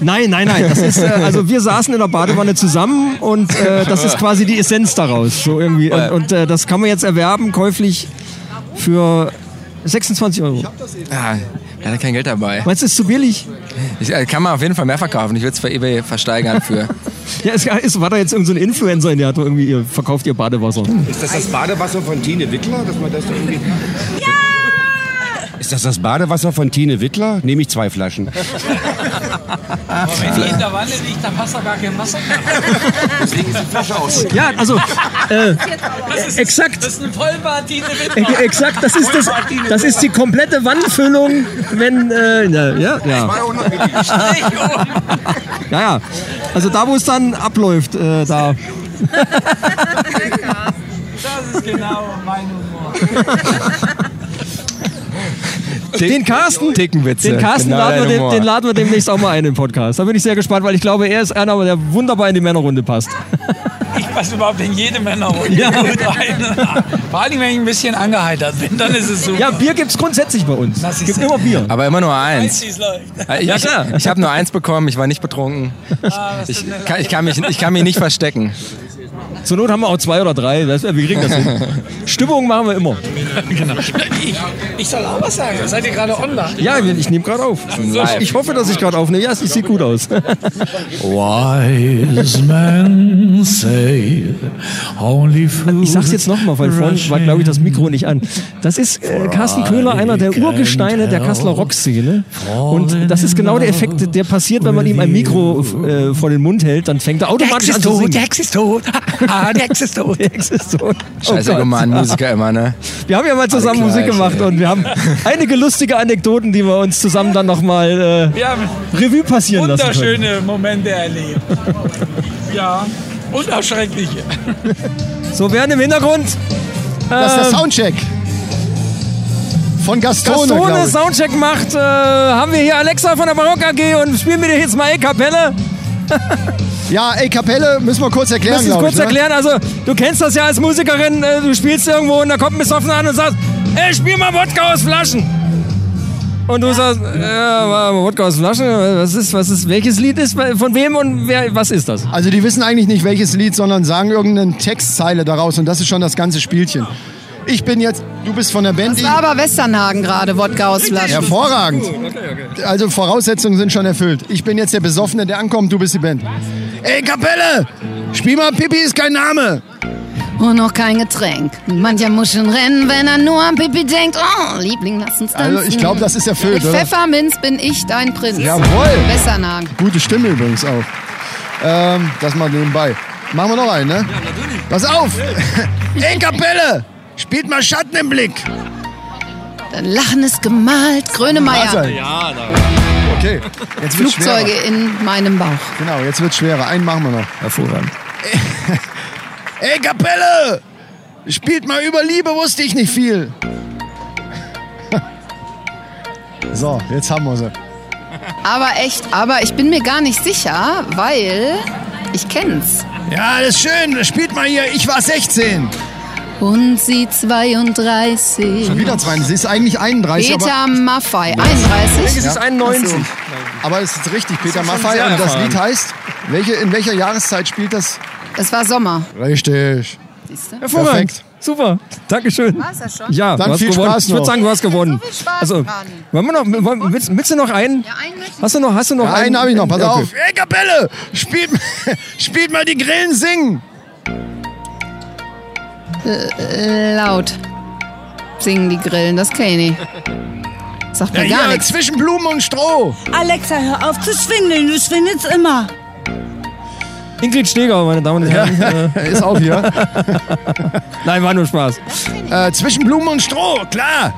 Speaker 1: Nein, nein, nein. Das ist, äh, also wir saßen in der Badewanne zusammen und äh, das ist quasi die Essenz daraus. So irgendwie. Und, und äh, das kann man jetzt erwerben, käuflich für 26 Euro.
Speaker 16: Ah, da hat er kein Geld dabei.
Speaker 1: Meinst du, ist zu billig?
Speaker 16: Ich, äh, kann man auf jeden Fall mehr verkaufen. Ich würde es bei eBay versteigern für.
Speaker 1: Ja, es ist, war da jetzt irgendein so ein Influencer in der hat irgendwie ihr, verkauft ihr Badewasser.
Speaker 17: Ist das das Badewasser von Tine Wittler? Dass man das da irgendwie
Speaker 11: Ist das das Badewasser von Tine Wittler? Nehme ich zwei Flaschen.
Speaker 9: Aber wenn die in der Wanne liegt, dann passt da gar kein Wasser mehr. Deswegen ist die Flasche aus.
Speaker 1: Ja, also äh, exakt.
Speaker 9: Das ist ein Vollbadine mit.
Speaker 1: Ex- Exakt, das ist, das, das ist die komplette Wandfüllung, wenn. Äh, ja, ja. Ja, ja. Also da, wo es dann abläuft, äh, da.
Speaker 9: Das ist genau mein Humor.
Speaker 1: Den Carsten,
Speaker 16: Tickenwitze.
Speaker 1: den Carsten
Speaker 16: Genau
Speaker 1: laden,
Speaker 16: dein
Speaker 1: wir, den,
Speaker 16: Humor.
Speaker 1: den laden wir demnächst auch mal ein im Podcast. Da bin ich sehr gespannt, weil ich glaube, er ist einer, der wunderbar in die Männerrunde passt.
Speaker 9: Ich passe überhaupt in jede Männerrunde
Speaker 1: Ja.
Speaker 9: gut rein. Vor allem, wenn ich ein bisschen angeheitert bin, dann ist es super.
Speaker 1: Ja, Bier gibt's grundsätzlich bei uns. Es gibt immer Bier.
Speaker 16: Aber immer nur eins.
Speaker 9: Eins, wie es läuft.
Speaker 16: Äh, Ich,
Speaker 1: Ja, klar.
Speaker 16: ich, ich habe nur eins bekommen, ich war nicht betrunken.
Speaker 9: Ah, was
Speaker 16: Ich
Speaker 9: denn?
Speaker 16: kann, ich, kann mich, ich kann mich nicht verstecken.
Speaker 1: Zur Not haben wir auch zwei oder drei. Das- Wir kriegen das hin. Stimmung machen wir immer.
Speaker 9: Genau. Ich, ich soll auch was sagen. Seid ihr gerade online?
Speaker 1: Ja, ich nehme gerade auf.
Speaker 9: Nein.
Speaker 1: Ich hoffe, dass ich gerade aufnehme. Ja, es sieht gut aus.
Speaker 18: Wise men say only fools
Speaker 1: Ich sag's jetzt nochmal, weil vorhin war, glaube ich, das Mikro nicht an. Das ist äh, Carsten Köhler, einer der Urgesteine der Kasseler Rockszene. Und das ist genau der Effekt, der passiert, wenn man ihm ein Mikro äh, vor den Mund hält, dann fängt er automatisch
Speaker 18: Der Ex
Speaker 1: an
Speaker 18: ist
Speaker 1: zu
Speaker 18: tot,
Speaker 1: singen.
Speaker 18: der
Speaker 1: Ex ist tot, der Ex ist tot, der Ex ist tot. Oh
Speaker 7: Scheiße,
Speaker 1: Gott.
Speaker 7: guck mal an, Musiker immer, ne?
Speaker 1: Wir haben ja mal zusammen
Speaker 7: Alle
Speaker 1: Musik
Speaker 7: gleich,
Speaker 1: gemacht
Speaker 7: ey.
Speaker 1: und wir haben einige lustige Anekdoten, die wir uns zusammen dann nochmal
Speaker 9: Wir haben
Speaker 1: äh, Revue passieren lassen können.
Speaker 9: wunderschöne Momente erlebt. ja, und auch schreckliche.
Speaker 1: So, während im Hintergrund.
Speaker 2: Das ist der
Speaker 1: ähm,
Speaker 2: Soundcheck. Von Gastone. glaub
Speaker 1: Gastone
Speaker 2: ich.
Speaker 1: Soundcheck macht, äh, haben wir hier Alexa von der Barock AG und spielen wir dir jetzt mal E-Kapelle.
Speaker 2: ja, E-Kapelle müssen wir kurz erklären,
Speaker 1: Müssen es
Speaker 2: glaub ich,
Speaker 1: kurz
Speaker 2: ne?
Speaker 1: erklären. Also, du kennst das ja als Musikerin, äh, du spielst irgendwo und da kommt ein Besoffener an und sagt, ey, spiel mal Wodka aus Flaschen. Und du sagst, äh, Wodka aus Flaschen, was ist, was ist, welches Lied ist, äh, von wem und wer, was ist das?
Speaker 2: Also die wissen eigentlich nicht, welches Lied, sondern sagen irgendeine Textzeile daraus und das ist schon das ganze Spielchen. Ich bin jetzt, du bist von der Band.
Speaker 19: Das war aber Westernhagen gerade, Wodka aus Flaschen.
Speaker 2: Hervorragend.
Speaker 1: Oh,
Speaker 2: Also Voraussetzungen sind schon erfüllt. Ich bin jetzt der Besoffene, der ankommt, du bist die Band. Ey, Kapelle! Spiel mal Pippi ist kein Name!
Speaker 4: Und noch kein Getränk. Mancher muss schon rennen, wenn er nur an Pipi denkt. Oh, Liebling, lass uns tanzen.
Speaker 2: Also, ich glaub, das ist erfüllt,
Speaker 4: Mit
Speaker 2: oder?
Speaker 4: Pfefferminz bin ich dein Prinz.
Speaker 2: Jawohl.
Speaker 4: Westernhagen.
Speaker 2: Gute Stimme übrigens auch. Ähm, das mal nebenbei. Machen wir noch einen, ne? Ja, natürlich. Pass auf! Ey, Kapelle! Spielt mal Schatten im Blick!
Speaker 4: Dein Lachen ist gemalt. Grönemeyer.
Speaker 2: Ja, Okay, Also, jetzt wird's
Speaker 4: Flugzeuge
Speaker 2: schwerer.
Speaker 4: in meinem Bauch.
Speaker 2: Genau, jetzt wird's schwerer. Einen machen wir noch.
Speaker 7: Hervorragend.
Speaker 2: Ey, Kapelle! Spielt mal über Liebe, wusste ich nicht viel. So, jetzt haben wir sie.
Speaker 4: Aber echt, aber ich bin mir gar nicht sicher, weil ich kenn's.
Speaker 2: Ja, das ist schön. Spielt mal hier. Ich war 16.
Speaker 4: Und sie 32.
Speaker 2: Schon wieder 32. Sie ist eigentlich 31.
Speaker 4: Peter
Speaker 2: aber
Speaker 4: Maffei, 31.
Speaker 2: Ja. Aber es ist richtig, Peter
Speaker 4: Das ist schon
Speaker 2: Maffay.
Speaker 4: sehr
Speaker 2: Und das
Speaker 4: erfahren.
Speaker 2: Lied heißt, welche, in welcher Jahreszeit spielt das?
Speaker 4: Es war Sommer.
Speaker 2: Richtig.
Speaker 1: Hervorragend. Super. Dankeschön.
Speaker 4: War's das schon?
Speaker 1: Ja,
Speaker 2: Dann
Speaker 1: du hast
Speaker 2: viel
Speaker 1: gewonnen.
Speaker 2: Spaß
Speaker 1: Ich würde
Speaker 2: noch.
Speaker 1: sagen, du hast gewonnen.
Speaker 4: Spaß
Speaker 1: also,
Speaker 4: dran.
Speaker 1: wollen wir noch, wollen, willst, willst du noch einen? Ja, einen Hast du noch, hast du noch
Speaker 2: Ja, einen habe ich noch. Pass
Speaker 1: Okay.
Speaker 2: auf. Ey, Kapelle, spielt, spielt mal die Grillen singen.
Speaker 4: Äh, laut. Singen die Grillen, das kenne ich. Sagt mir
Speaker 8: Ja,
Speaker 4: gar
Speaker 8: ja,
Speaker 4: nichts.
Speaker 2: Zwischen Blumen und Stroh.
Speaker 8: Alexa, hör auf zu schwindeln. Du schwindelst immer.
Speaker 1: Ingrid Steger, meine Damen und Herren. äh,
Speaker 2: ist auch hier.
Speaker 1: Nein, war nur Spaß.
Speaker 2: Äh, zwischen Blumen und Stroh, klar.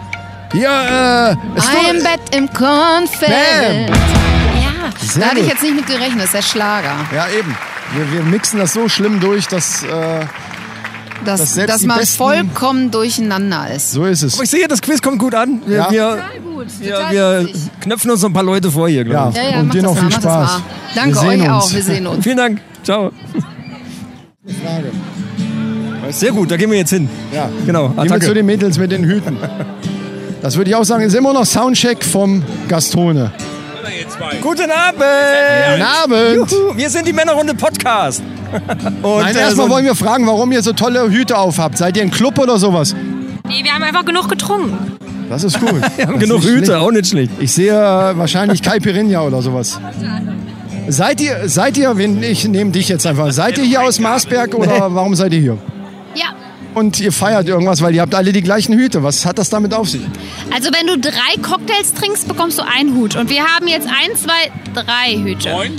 Speaker 2: Hier, äh, es
Speaker 4: Ein Bett im Kornfeld.
Speaker 2: Bam.
Speaker 4: Ja,
Speaker 2: Sehr
Speaker 4: da hatte ich
Speaker 2: gut.
Speaker 4: jetzt nicht mit gerechnet, das ist der Schlager.
Speaker 2: Ja, eben. Wir, wir mixen das so schlimm durch, dass, äh,
Speaker 4: Dass,
Speaker 2: dass selbst
Speaker 4: dass
Speaker 2: die
Speaker 4: man
Speaker 2: besten-
Speaker 4: vollkommen durcheinander ist.
Speaker 2: So ist es.
Speaker 1: Aber ich sehe, das Quiz kommt gut an. Wir,
Speaker 4: Ja.
Speaker 1: wir,
Speaker 4: gut.
Speaker 1: wir, wir knöpfen uns so ein paar Leute vor hier, glaube ich.
Speaker 4: Ja, ja, Und mach dir das noch mal, viel mach das Spaß. mal. Danke
Speaker 1: Wir
Speaker 4: euch
Speaker 1: sehen
Speaker 4: auch, wir sehen uns.
Speaker 1: Vielen Dank. Ciao. Sehr gut, da gehen wir jetzt hin.
Speaker 2: Ja.
Speaker 1: Genau.
Speaker 2: Gehen wir
Speaker 1: Attacke.
Speaker 2: zu den Mädels mit den Hüten. Das würde ich auch sagen, ist immer noch Soundcheck vom Gastone.
Speaker 1: Guten Abend.
Speaker 2: Guten Abend.
Speaker 1: Juhu, wir sind die Männerrunde Podcast. Und
Speaker 2: Nein,
Speaker 1: äh,
Speaker 2: erstmal
Speaker 1: so-
Speaker 2: wollen wir fragen, warum ihr so tolle Hüte auf habt. Seid ihr ein Club oder sowas?
Speaker 20: Nee, wir haben einfach genug getrunken.
Speaker 2: Das ist gut.
Speaker 1: Wir haben
Speaker 2: Das
Speaker 1: genug
Speaker 2: ist nicht
Speaker 1: Hüte,
Speaker 2: schlecht.
Speaker 1: auch nicht schlecht.
Speaker 2: Ich sehe äh, wahrscheinlich Kai Pirinha oder sowas. Seid ihr, seid ihr, wen- ich nehme dich jetzt einfach, seid ihr hier aus Marsberg oder warum seid ihr hier?
Speaker 20: Ja.
Speaker 2: Und ihr feiert irgendwas, weil ihr habt alle die gleichen Hüte. Was hat das damit auf sich?
Speaker 20: Also wenn du drei Cocktails trinkst, bekommst du einen Hut. Und wir haben jetzt ein, zwei, drei Hüte. Neun?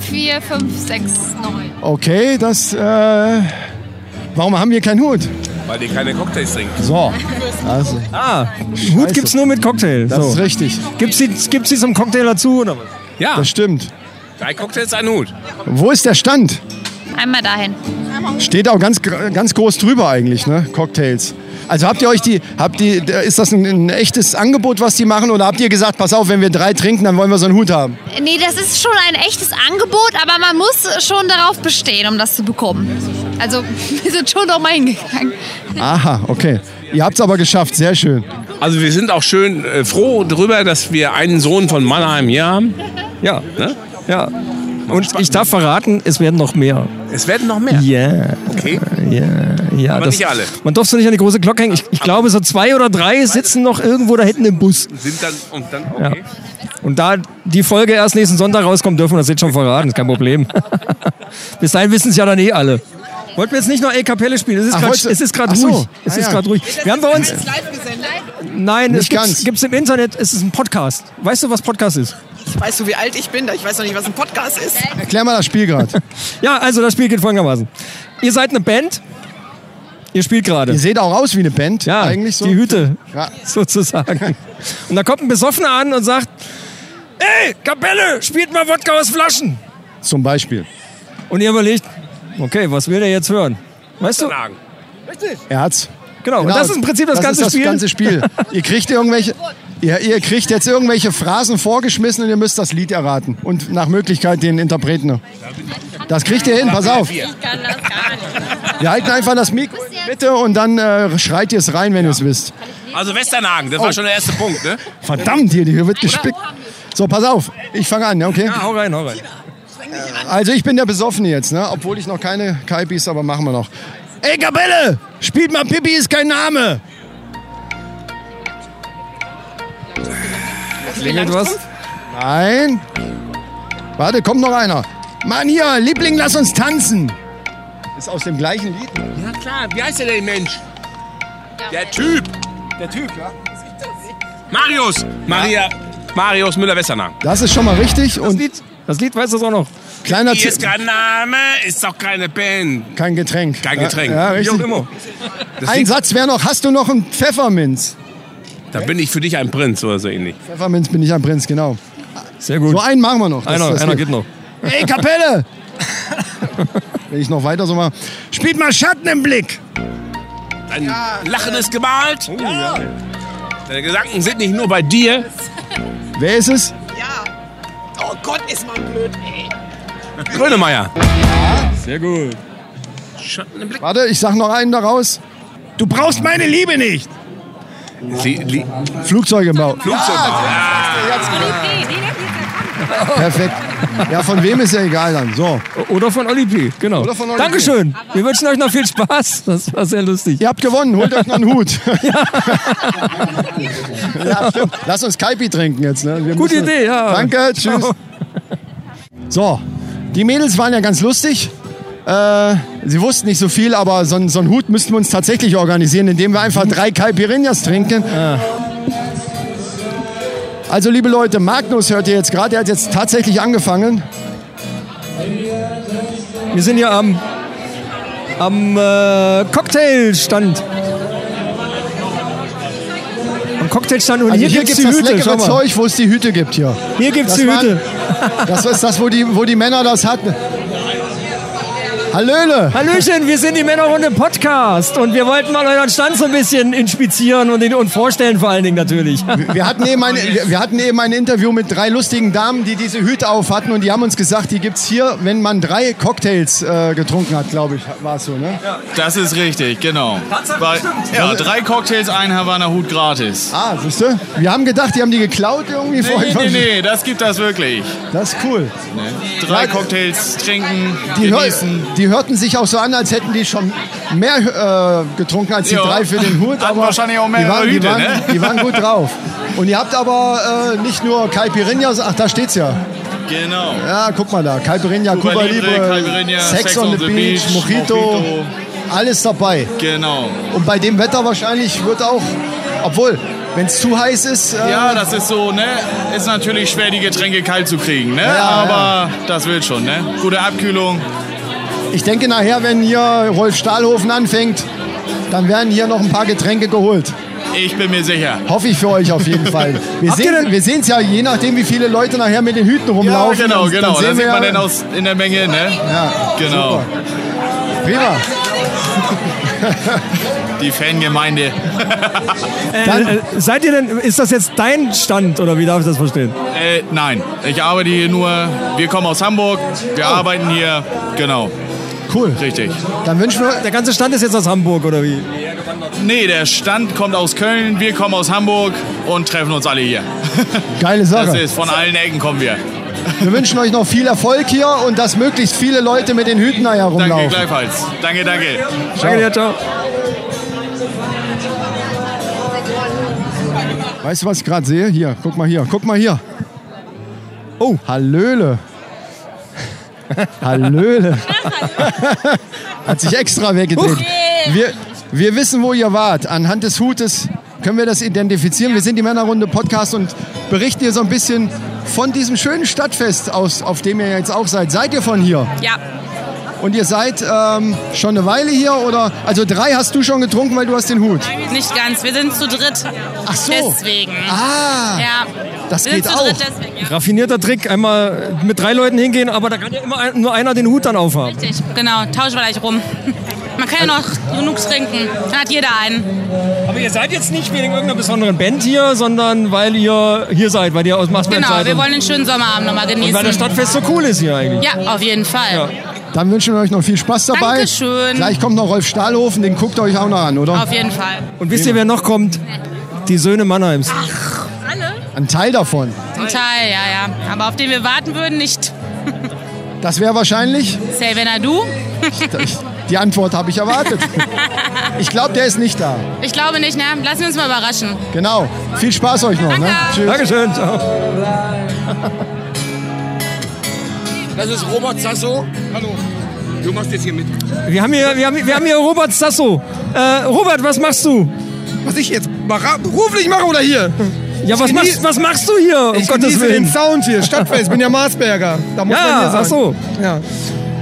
Speaker 20: Vier, fünf, sechs, neun.
Speaker 2: Okay, das, äh, warum haben wir keinen Hut?
Speaker 17: Weil ihr keine Cocktails trinkt.
Speaker 2: So. Also.
Speaker 1: Ah, Hut gibt's nur mit Cocktail.
Speaker 2: Das
Speaker 1: so.
Speaker 2: ist richtig.
Speaker 1: Gibt's die, gibt's die zum Cocktail dazu oder was?
Speaker 17: Ja.
Speaker 2: Das stimmt.
Speaker 17: Drei Cocktails, ein Hut.
Speaker 2: Wo ist der Stand?
Speaker 20: Einmal dahin.
Speaker 2: Steht auch ganz, gr- ganz groß drüber eigentlich, ne? Cocktails. Also habt ihr euch die, habt die, ist das ein, ein echtes Angebot, was die machen? Oder habt ihr gesagt, pass auf, wenn wir drei trinken, dann wollen wir so einen Hut haben?
Speaker 20: Nee, das ist schon ein echtes Angebot, aber man muss schon darauf bestehen, um das zu bekommen. Also wir sind schon noch mal hingegangen.
Speaker 2: Aha, okay. Ihr habt es aber geschafft, sehr schön.
Speaker 21: Also wir sind auch schön äh, froh darüber, dass wir einen Sohn von Mannheim hier haben.
Speaker 1: Ja. Ne? Ja. Und ich darf verraten, es werden noch mehr.
Speaker 17: Es werden noch mehr?
Speaker 1: Ja. Okay. Ja, ja.
Speaker 17: Aber
Speaker 1: das,
Speaker 17: nicht alle.
Speaker 1: Man durfte nicht an die große Glocke hängen. Ich, ich glaube, so zwei oder drei sitzen noch irgendwo da hinten im Bus.
Speaker 17: Sind dann, und dann,
Speaker 1: Ja.
Speaker 17: okay.
Speaker 1: Und da die Folge erst nächsten Sonntag rauskommt, dürfen wir das jetzt schon verraten. Ist kein Problem. Bis dahin wissen es ja dann eh alle. Wollten wir jetzt nicht noch E Kapelle spielen? Es ist
Speaker 2: Ach,
Speaker 1: grad-
Speaker 2: heute-
Speaker 1: es ist gerade
Speaker 2: Ach so.
Speaker 1: ruhig. Es
Speaker 2: Ah,
Speaker 1: ist
Speaker 2: ja.
Speaker 1: gerade ruhig. Wir haben bei uns. Nein,
Speaker 2: Nicht
Speaker 1: es gibt's,
Speaker 2: ganz.
Speaker 1: gibt's im Internet. Es ist ein Podcast. Weißt du, was Podcast ist?
Speaker 7: Weißt du, wie alt ich bin? Ich weiß noch nicht, was ein Podcast ist.
Speaker 1: Erklär mal das Spiel gerade. ja, also das Spiel geht folgendermaßen. Ihr seid eine Band. Ihr spielt gerade. Ihr seht auch aus wie eine Band. Ja, eigentlich so. Die Hüte. Sozusagen. Und da kommt ein Besoffener an und sagt, ey, Kapelle, spielt mal Wodka aus Flaschen.
Speaker 2: Zum Beispiel.
Speaker 1: Und ihr überlegt, okay, was will der jetzt hören? Weißt du?
Speaker 2: Herz.
Speaker 1: Genau, und das ist im Prinzip das
Speaker 2: das
Speaker 1: ganze
Speaker 2: ist das
Speaker 1: Spiel.
Speaker 2: ganze Spiel. ihr kriegt irgendwelche, ihr, ihr kriegt jetzt irgendwelche Phrasen vorgeschmissen und ihr müsst das Lied erraten und nach Möglichkeit den Interpreten. noch. Das kriegt ihr hin, pass auf. Wir halten einfach das Mikro in die Mitte und dann äh, schreit ihr es rein, wenn ihr es wisst.
Speaker 17: Also Westernhagen, das war schon der erste Punkt, ne?
Speaker 2: Oh. Verdammt hier, die Höhe wird gespickt. So, pass auf, ich fange an, ja, okay?
Speaker 1: Ja, hau rein, hau rein.
Speaker 2: Also ich bin der Besoffene jetzt, ne? obwohl ich noch keine Kaipis, aber machen wir noch. Ey, Gabelle, spielt mal Pippi ist kein Name.
Speaker 1: Klingelt was?
Speaker 2: Nein. Warte, kommt noch einer. Mann hier, Liebling, lass uns tanzen. Ist aus dem gleichen Lied.
Speaker 17: Ja klar, wie heißt der denn, Mensch? Der Typ.
Speaker 2: Der Typ, ja.
Speaker 17: Marius. Maria. Marius Müller-Westernhagen.
Speaker 2: Das ist schon mal richtig. und
Speaker 1: das Lied weiß das auch noch.
Speaker 2: Kleiner
Speaker 17: Hier
Speaker 2: Tipp.
Speaker 17: ist kein Name, ist doch keine Band.
Speaker 2: Kein Getränk.
Speaker 17: Kein Getränk.
Speaker 2: Ja, ja,
Speaker 17: Wie auch
Speaker 2: richtig.
Speaker 17: immer. Das
Speaker 2: Ein
Speaker 17: liegt-
Speaker 2: Satz wäre noch, hast du noch einen Pfefferminz?
Speaker 17: Da bin ich für dich ein Prinz oder so ähnlich.
Speaker 2: Pfefferminz bin ich ein Prinz, genau.
Speaker 1: Sehr gut.
Speaker 2: So einen machen wir noch.
Speaker 17: Einer- einer
Speaker 2: geht
Speaker 17: geht noch.
Speaker 2: Ey, Kapelle! Wenn ich noch weiter so mal. Spielt mal Schatten im Blick!
Speaker 17: Dein Lachen ist gemalt.
Speaker 2: Oh,
Speaker 17: Deine Gedanken sind nicht nur bei dir.
Speaker 2: Wer ist es?
Speaker 7: Oh Gott, ist man blöd, ey.
Speaker 17: Grönemeyer.
Speaker 1: Sehr gut.
Speaker 2: Warte, ich sag noch einen daraus. Du brauchst meine Liebe nicht!
Speaker 17: Sie, li
Speaker 2: Flugzeugebau. Perfekt. Ja, von wem ist ja egal dann. So.
Speaker 1: Oder von Oli P. Genau.
Speaker 2: Oder von Oli P.
Speaker 1: Dankeschön. Wir wünschen euch noch viel Spaß. Das war sehr lustig.
Speaker 2: Ihr habt gewonnen. Holt euch noch einen Hut. Ja, stimmt. Lass uns Kaipi trinken jetzt. Ne? Wir
Speaker 1: Gute
Speaker 2: müssen-
Speaker 1: Idee, ja.
Speaker 2: Danke, tschüss.
Speaker 1: Ciao.
Speaker 2: So, die Mädels waren ja ganz lustig. Äh, sie wussten nicht so viel, aber so, einen- so einen Hut müssten wir uns tatsächlich organisieren, indem wir einfach drei Caipirinhas trinken.
Speaker 1: Ah.
Speaker 2: Also, liebe Leute, Magnus hört ihr jetzt gerade, der hat jetzt tatsächlich angefangen.
Speaker 1: Wir sind hier am, am äh, Cocktailstand. Am Cocktailstand und
Speaker 2: Also
Speaker 1: hier,
Speaker 2: hier
Speaker 1: gibt's
Speaker 2: gibt's das
Speaker 1: die Hüte.
Speaker 2: leckere
Speaker 1: schau mal.
Speaker 2: Zeug, wo es die Hüte gibt hier.
Speaker 1: Hier gibt's die Hüte.
Speaker 2: Waren, das ist das, wo die, wo die Männer das hatten. Hallöle.
Speaker 1: Hallöchen, wir sind die Männerrunde Podcast und wir wollten mal euren Stand so ein bisschen inspizieren und, ihn- und vorstellen vor allen Dingen natürlich.
Speaker 2: Wir hatten, eben ein, wir wir hatten eben ein Interview mit drei lustigen Damen, die diese Hüte auf hatten und die haben uns gesagt, die gibt's hier, wenn man drei Cocktails äh, getrunken hat, glaube ich, war es so, ne?
Speaker 21: Das ist richtig, genau. Bei, ja, drei Cocktails, ein Havanna Hut gratis.
Speaker 2: Ah, siehst du? Wir haben gedacht, die haben die geklaut irgendwie
Speaker 21: Nee,
Speaker 2: vorhin.
Speaker 21: nee, nee, nee, das gibt das wirklich.
Speaker 2: Das ist cool.
Speaker 21: Ne? Drei Cocktails trinken,
Speaker 2: Die, hör,
Speaker 21: genießen.
Speaker 2: die hörten sich auch so an, als hätten die schon mehr äh, getrunken als die
Speaker 21: Ja.
Speaker 2: drei für den Hut.
Speaker 21: Hatten wahrscheinlich auch
Speaker 2: die
Speaker 21: mehrere
Speaker 2: waren, die,
Speaker 21: Hüte,
Speaker 2: waren,
Speaker 21: ne?
Speaker 2: die waren gut drauf. Und ihr habt aber äh, nicht nur Caipirinhas, ach da steht's ja.
Speaker 21: Genau.
Speaker 2: Ja, guck mal da, Caipirinha,
Speaker 21: Cuba
Speaker 2: Cuba,
Speaker 21: Libre,
Speaker 2: Libre,
Speaker 21: Caipirinha,
Speaker 2: Sex, on the, Beach, Mojito,
Speaker 21: Mojito.
Speaker 2: alles dabei.
Speaker 21: Genau.
Speaker 2: Und bei dem Wetter wahrscheinlich wird auch, obwohl, wenn es zu heiß ist, äh,
Speaker 21: Ja, das ist so, ne? Ist natürlich schwer, die Getränke kalt zu kriegen, ne?
Speaker 2: Ja,
Speaker 21: Aber das wird schon, ne? Gute Abkühlung.
Speaker 2: ich denke nachher, wenn hier Rolf Stahlhofen anfängt, dann werden hier noch ein paar Getränke geholt.
Speaker 21: Ich bin mir sicher.
Speaker 2: Hoffe ich für euch auf jeden Fall. Wir
Speaker 21: Habt ihr
Speaker 2: sehen wir es ja, je nachdem, wie viele Leute nachher mit den Hüten rumlaufen.
Speaker 21: ja, genau,
Speaker 2: dann-
Speaker 21: genau.
Speaker 2: Dann
Speaker 21: Da
Speaker 2: sehen wir
Speaker 21: sieht man
Speaker 2: ja-
Speaker 21: dann aus in der Menge, ne? Ja. Genau.
Speaker 2: Prima.
Speaker 21: Die Fangemeinde.
Speaker 1: Äh, äh, seid ihr denn, ist das jetzt dein Stand oder wie darf ich das verstehen?
Speaker 21: Äh, nein, ich arbeite hier nur. Wir kommen aus Hamburg. Wir arbeiten hier. Genau.
Speaker 2: Oh. Cool.
Speaker 21: Richtig.
Speaker 2: Dann wünschen wir.
Speaker 1: Der ganze Stand ist jetzt aus Hamburg oder wie?
Speaker 21: Nee, der Stand kommt aus Köln. Wir kommen aus Hamburg und treffen uns alle hier.
Speaker 2: Geile Sache.
Speaker 21: Das ist von allen Ecken kommen wir.
Speaker 2: Wir wünschen euch noch viel Erfolg hier und dass möglichst viele Leute mit den Hüten da
Speaker 21: Danke,
Speaker 2: herumlaufen.
Speaker 21: gleichfalls. Danke, danke.
Speaker 2: Danke dir, ciao. Weißt du, was ich gerade sehe? Hier, guck mal hier, guck mal hier. Oh, Hallöle. Hallöle. Hat sich extra weggedreht.
Speaker 22: Huch.
Speaker 2: Wir, wir wissen, wo ihr wart. Anhand des Hutes können wir das identifizieren. Wir sind die Männerrunde Podcast und berichten hier so ein bisschen von diesem schönen Stadtfest, aus, auf dem ihr jetzt auch seid. Seid ihr von hier?
Speaker 23: Ja.
Speaker 2: Und ihr seid ähm, schon eine Weile hier oder? Also drei hast du schon getrunken, weil du hast den Hut.
Speaker 24: Nicht ganz, wir sind zu dritt.
Speaker 2: Ach so.
Speaker 24: Deswegen.
Speaker 2: Ah.
Speaker 24: Ja.
Speaker 2: Das
Speaker 24: wir sind
Speaker 2: geht
Speaker 24: zu
Speaker 2: auch.
Speaker 24: dritt, deswegen. Ja.
Speaker 1: Raffinierter Trick, einmal mit drei Leuten hingehen, aber da kann ja immer ein- nur einer den Hut dann aufhaben.
Speaker 24: Richtig, genau. Tausch mal gleich rum. Man kann ja noch genug trinken. Dann hat jeder einen.
Speaker 1: Aber ihr seid jetzt nicht wegen irgendeiner besonderen Band hier, sondern weil ihr hier seid, weil ihr aus Marsberg
Speaker 24: Genau,
Speaker 1: seid.
Speaker 24: wir
Speaker 1: und-
Speaker 24: wollen den schönen Sommerabend nochmal
Speaker 1: und
Speaker 24: genießen.
Speaker 1: weil das Stadtfest so cool ist hier eigentlich.
Speaker 24: Ja, auf jeden Fall.
Speaker 2: Dann wünschen wir euch noch viel Spaß dabei.
Speaker 24: Dankeschön.
Speaker 2: Gleich kommt noch Rolf Stahlhofen, den guckt ihr euch auch noch an, oder?
Speaker 24: Auf jeden Fall.
Speaker 1: Und wisst ihr, wer noch kommt? Die Söhne Mannheims.
Speaker 24: Alle?
Speaker 2: Ein Teil davon.
Speaker 24: Zum Teil, ja, ja. Aber auf den wir warten würden, nicht.
Speaker 2: Das wäre wahrscheinlich.
Speaker 24: Say, wenn er du?
Speaker 2: Die Antwort habe ich erwartet. Ich glaube, der ist nicht da.
Speaker 24: Ich glaube nicht, ne? Lassen wir uns mal überraschen.
Speaker 2: Genau. Viel Spaß euch noch. Danke. Ne? Tschüss.
Speaker 1: Dankeschön.
Speaker 11: Das ist Robert Sasso. Hallo. Du machst jetzt hier mit.
Speaker 1: Wir haben hier, wir haben, wir haben hier Robert Sasso. Äh, Robert, was machst du?
Speaker 12: Was ich jetzt mache, beruflich mache oder hier?
Speaker 1: Ja, was machst, was machst du hier? Um
Speaker 12: ich
Speaker 1: Gottes
Speaker 12: genieße
Speaker 1: Willen.
Speaker 12: den Sound hier, Stadtfest, bin ja Marsberger. Da muss man hier
Speaker 1: ja,
Speaker 12: sein.
Speaker 1: ach so.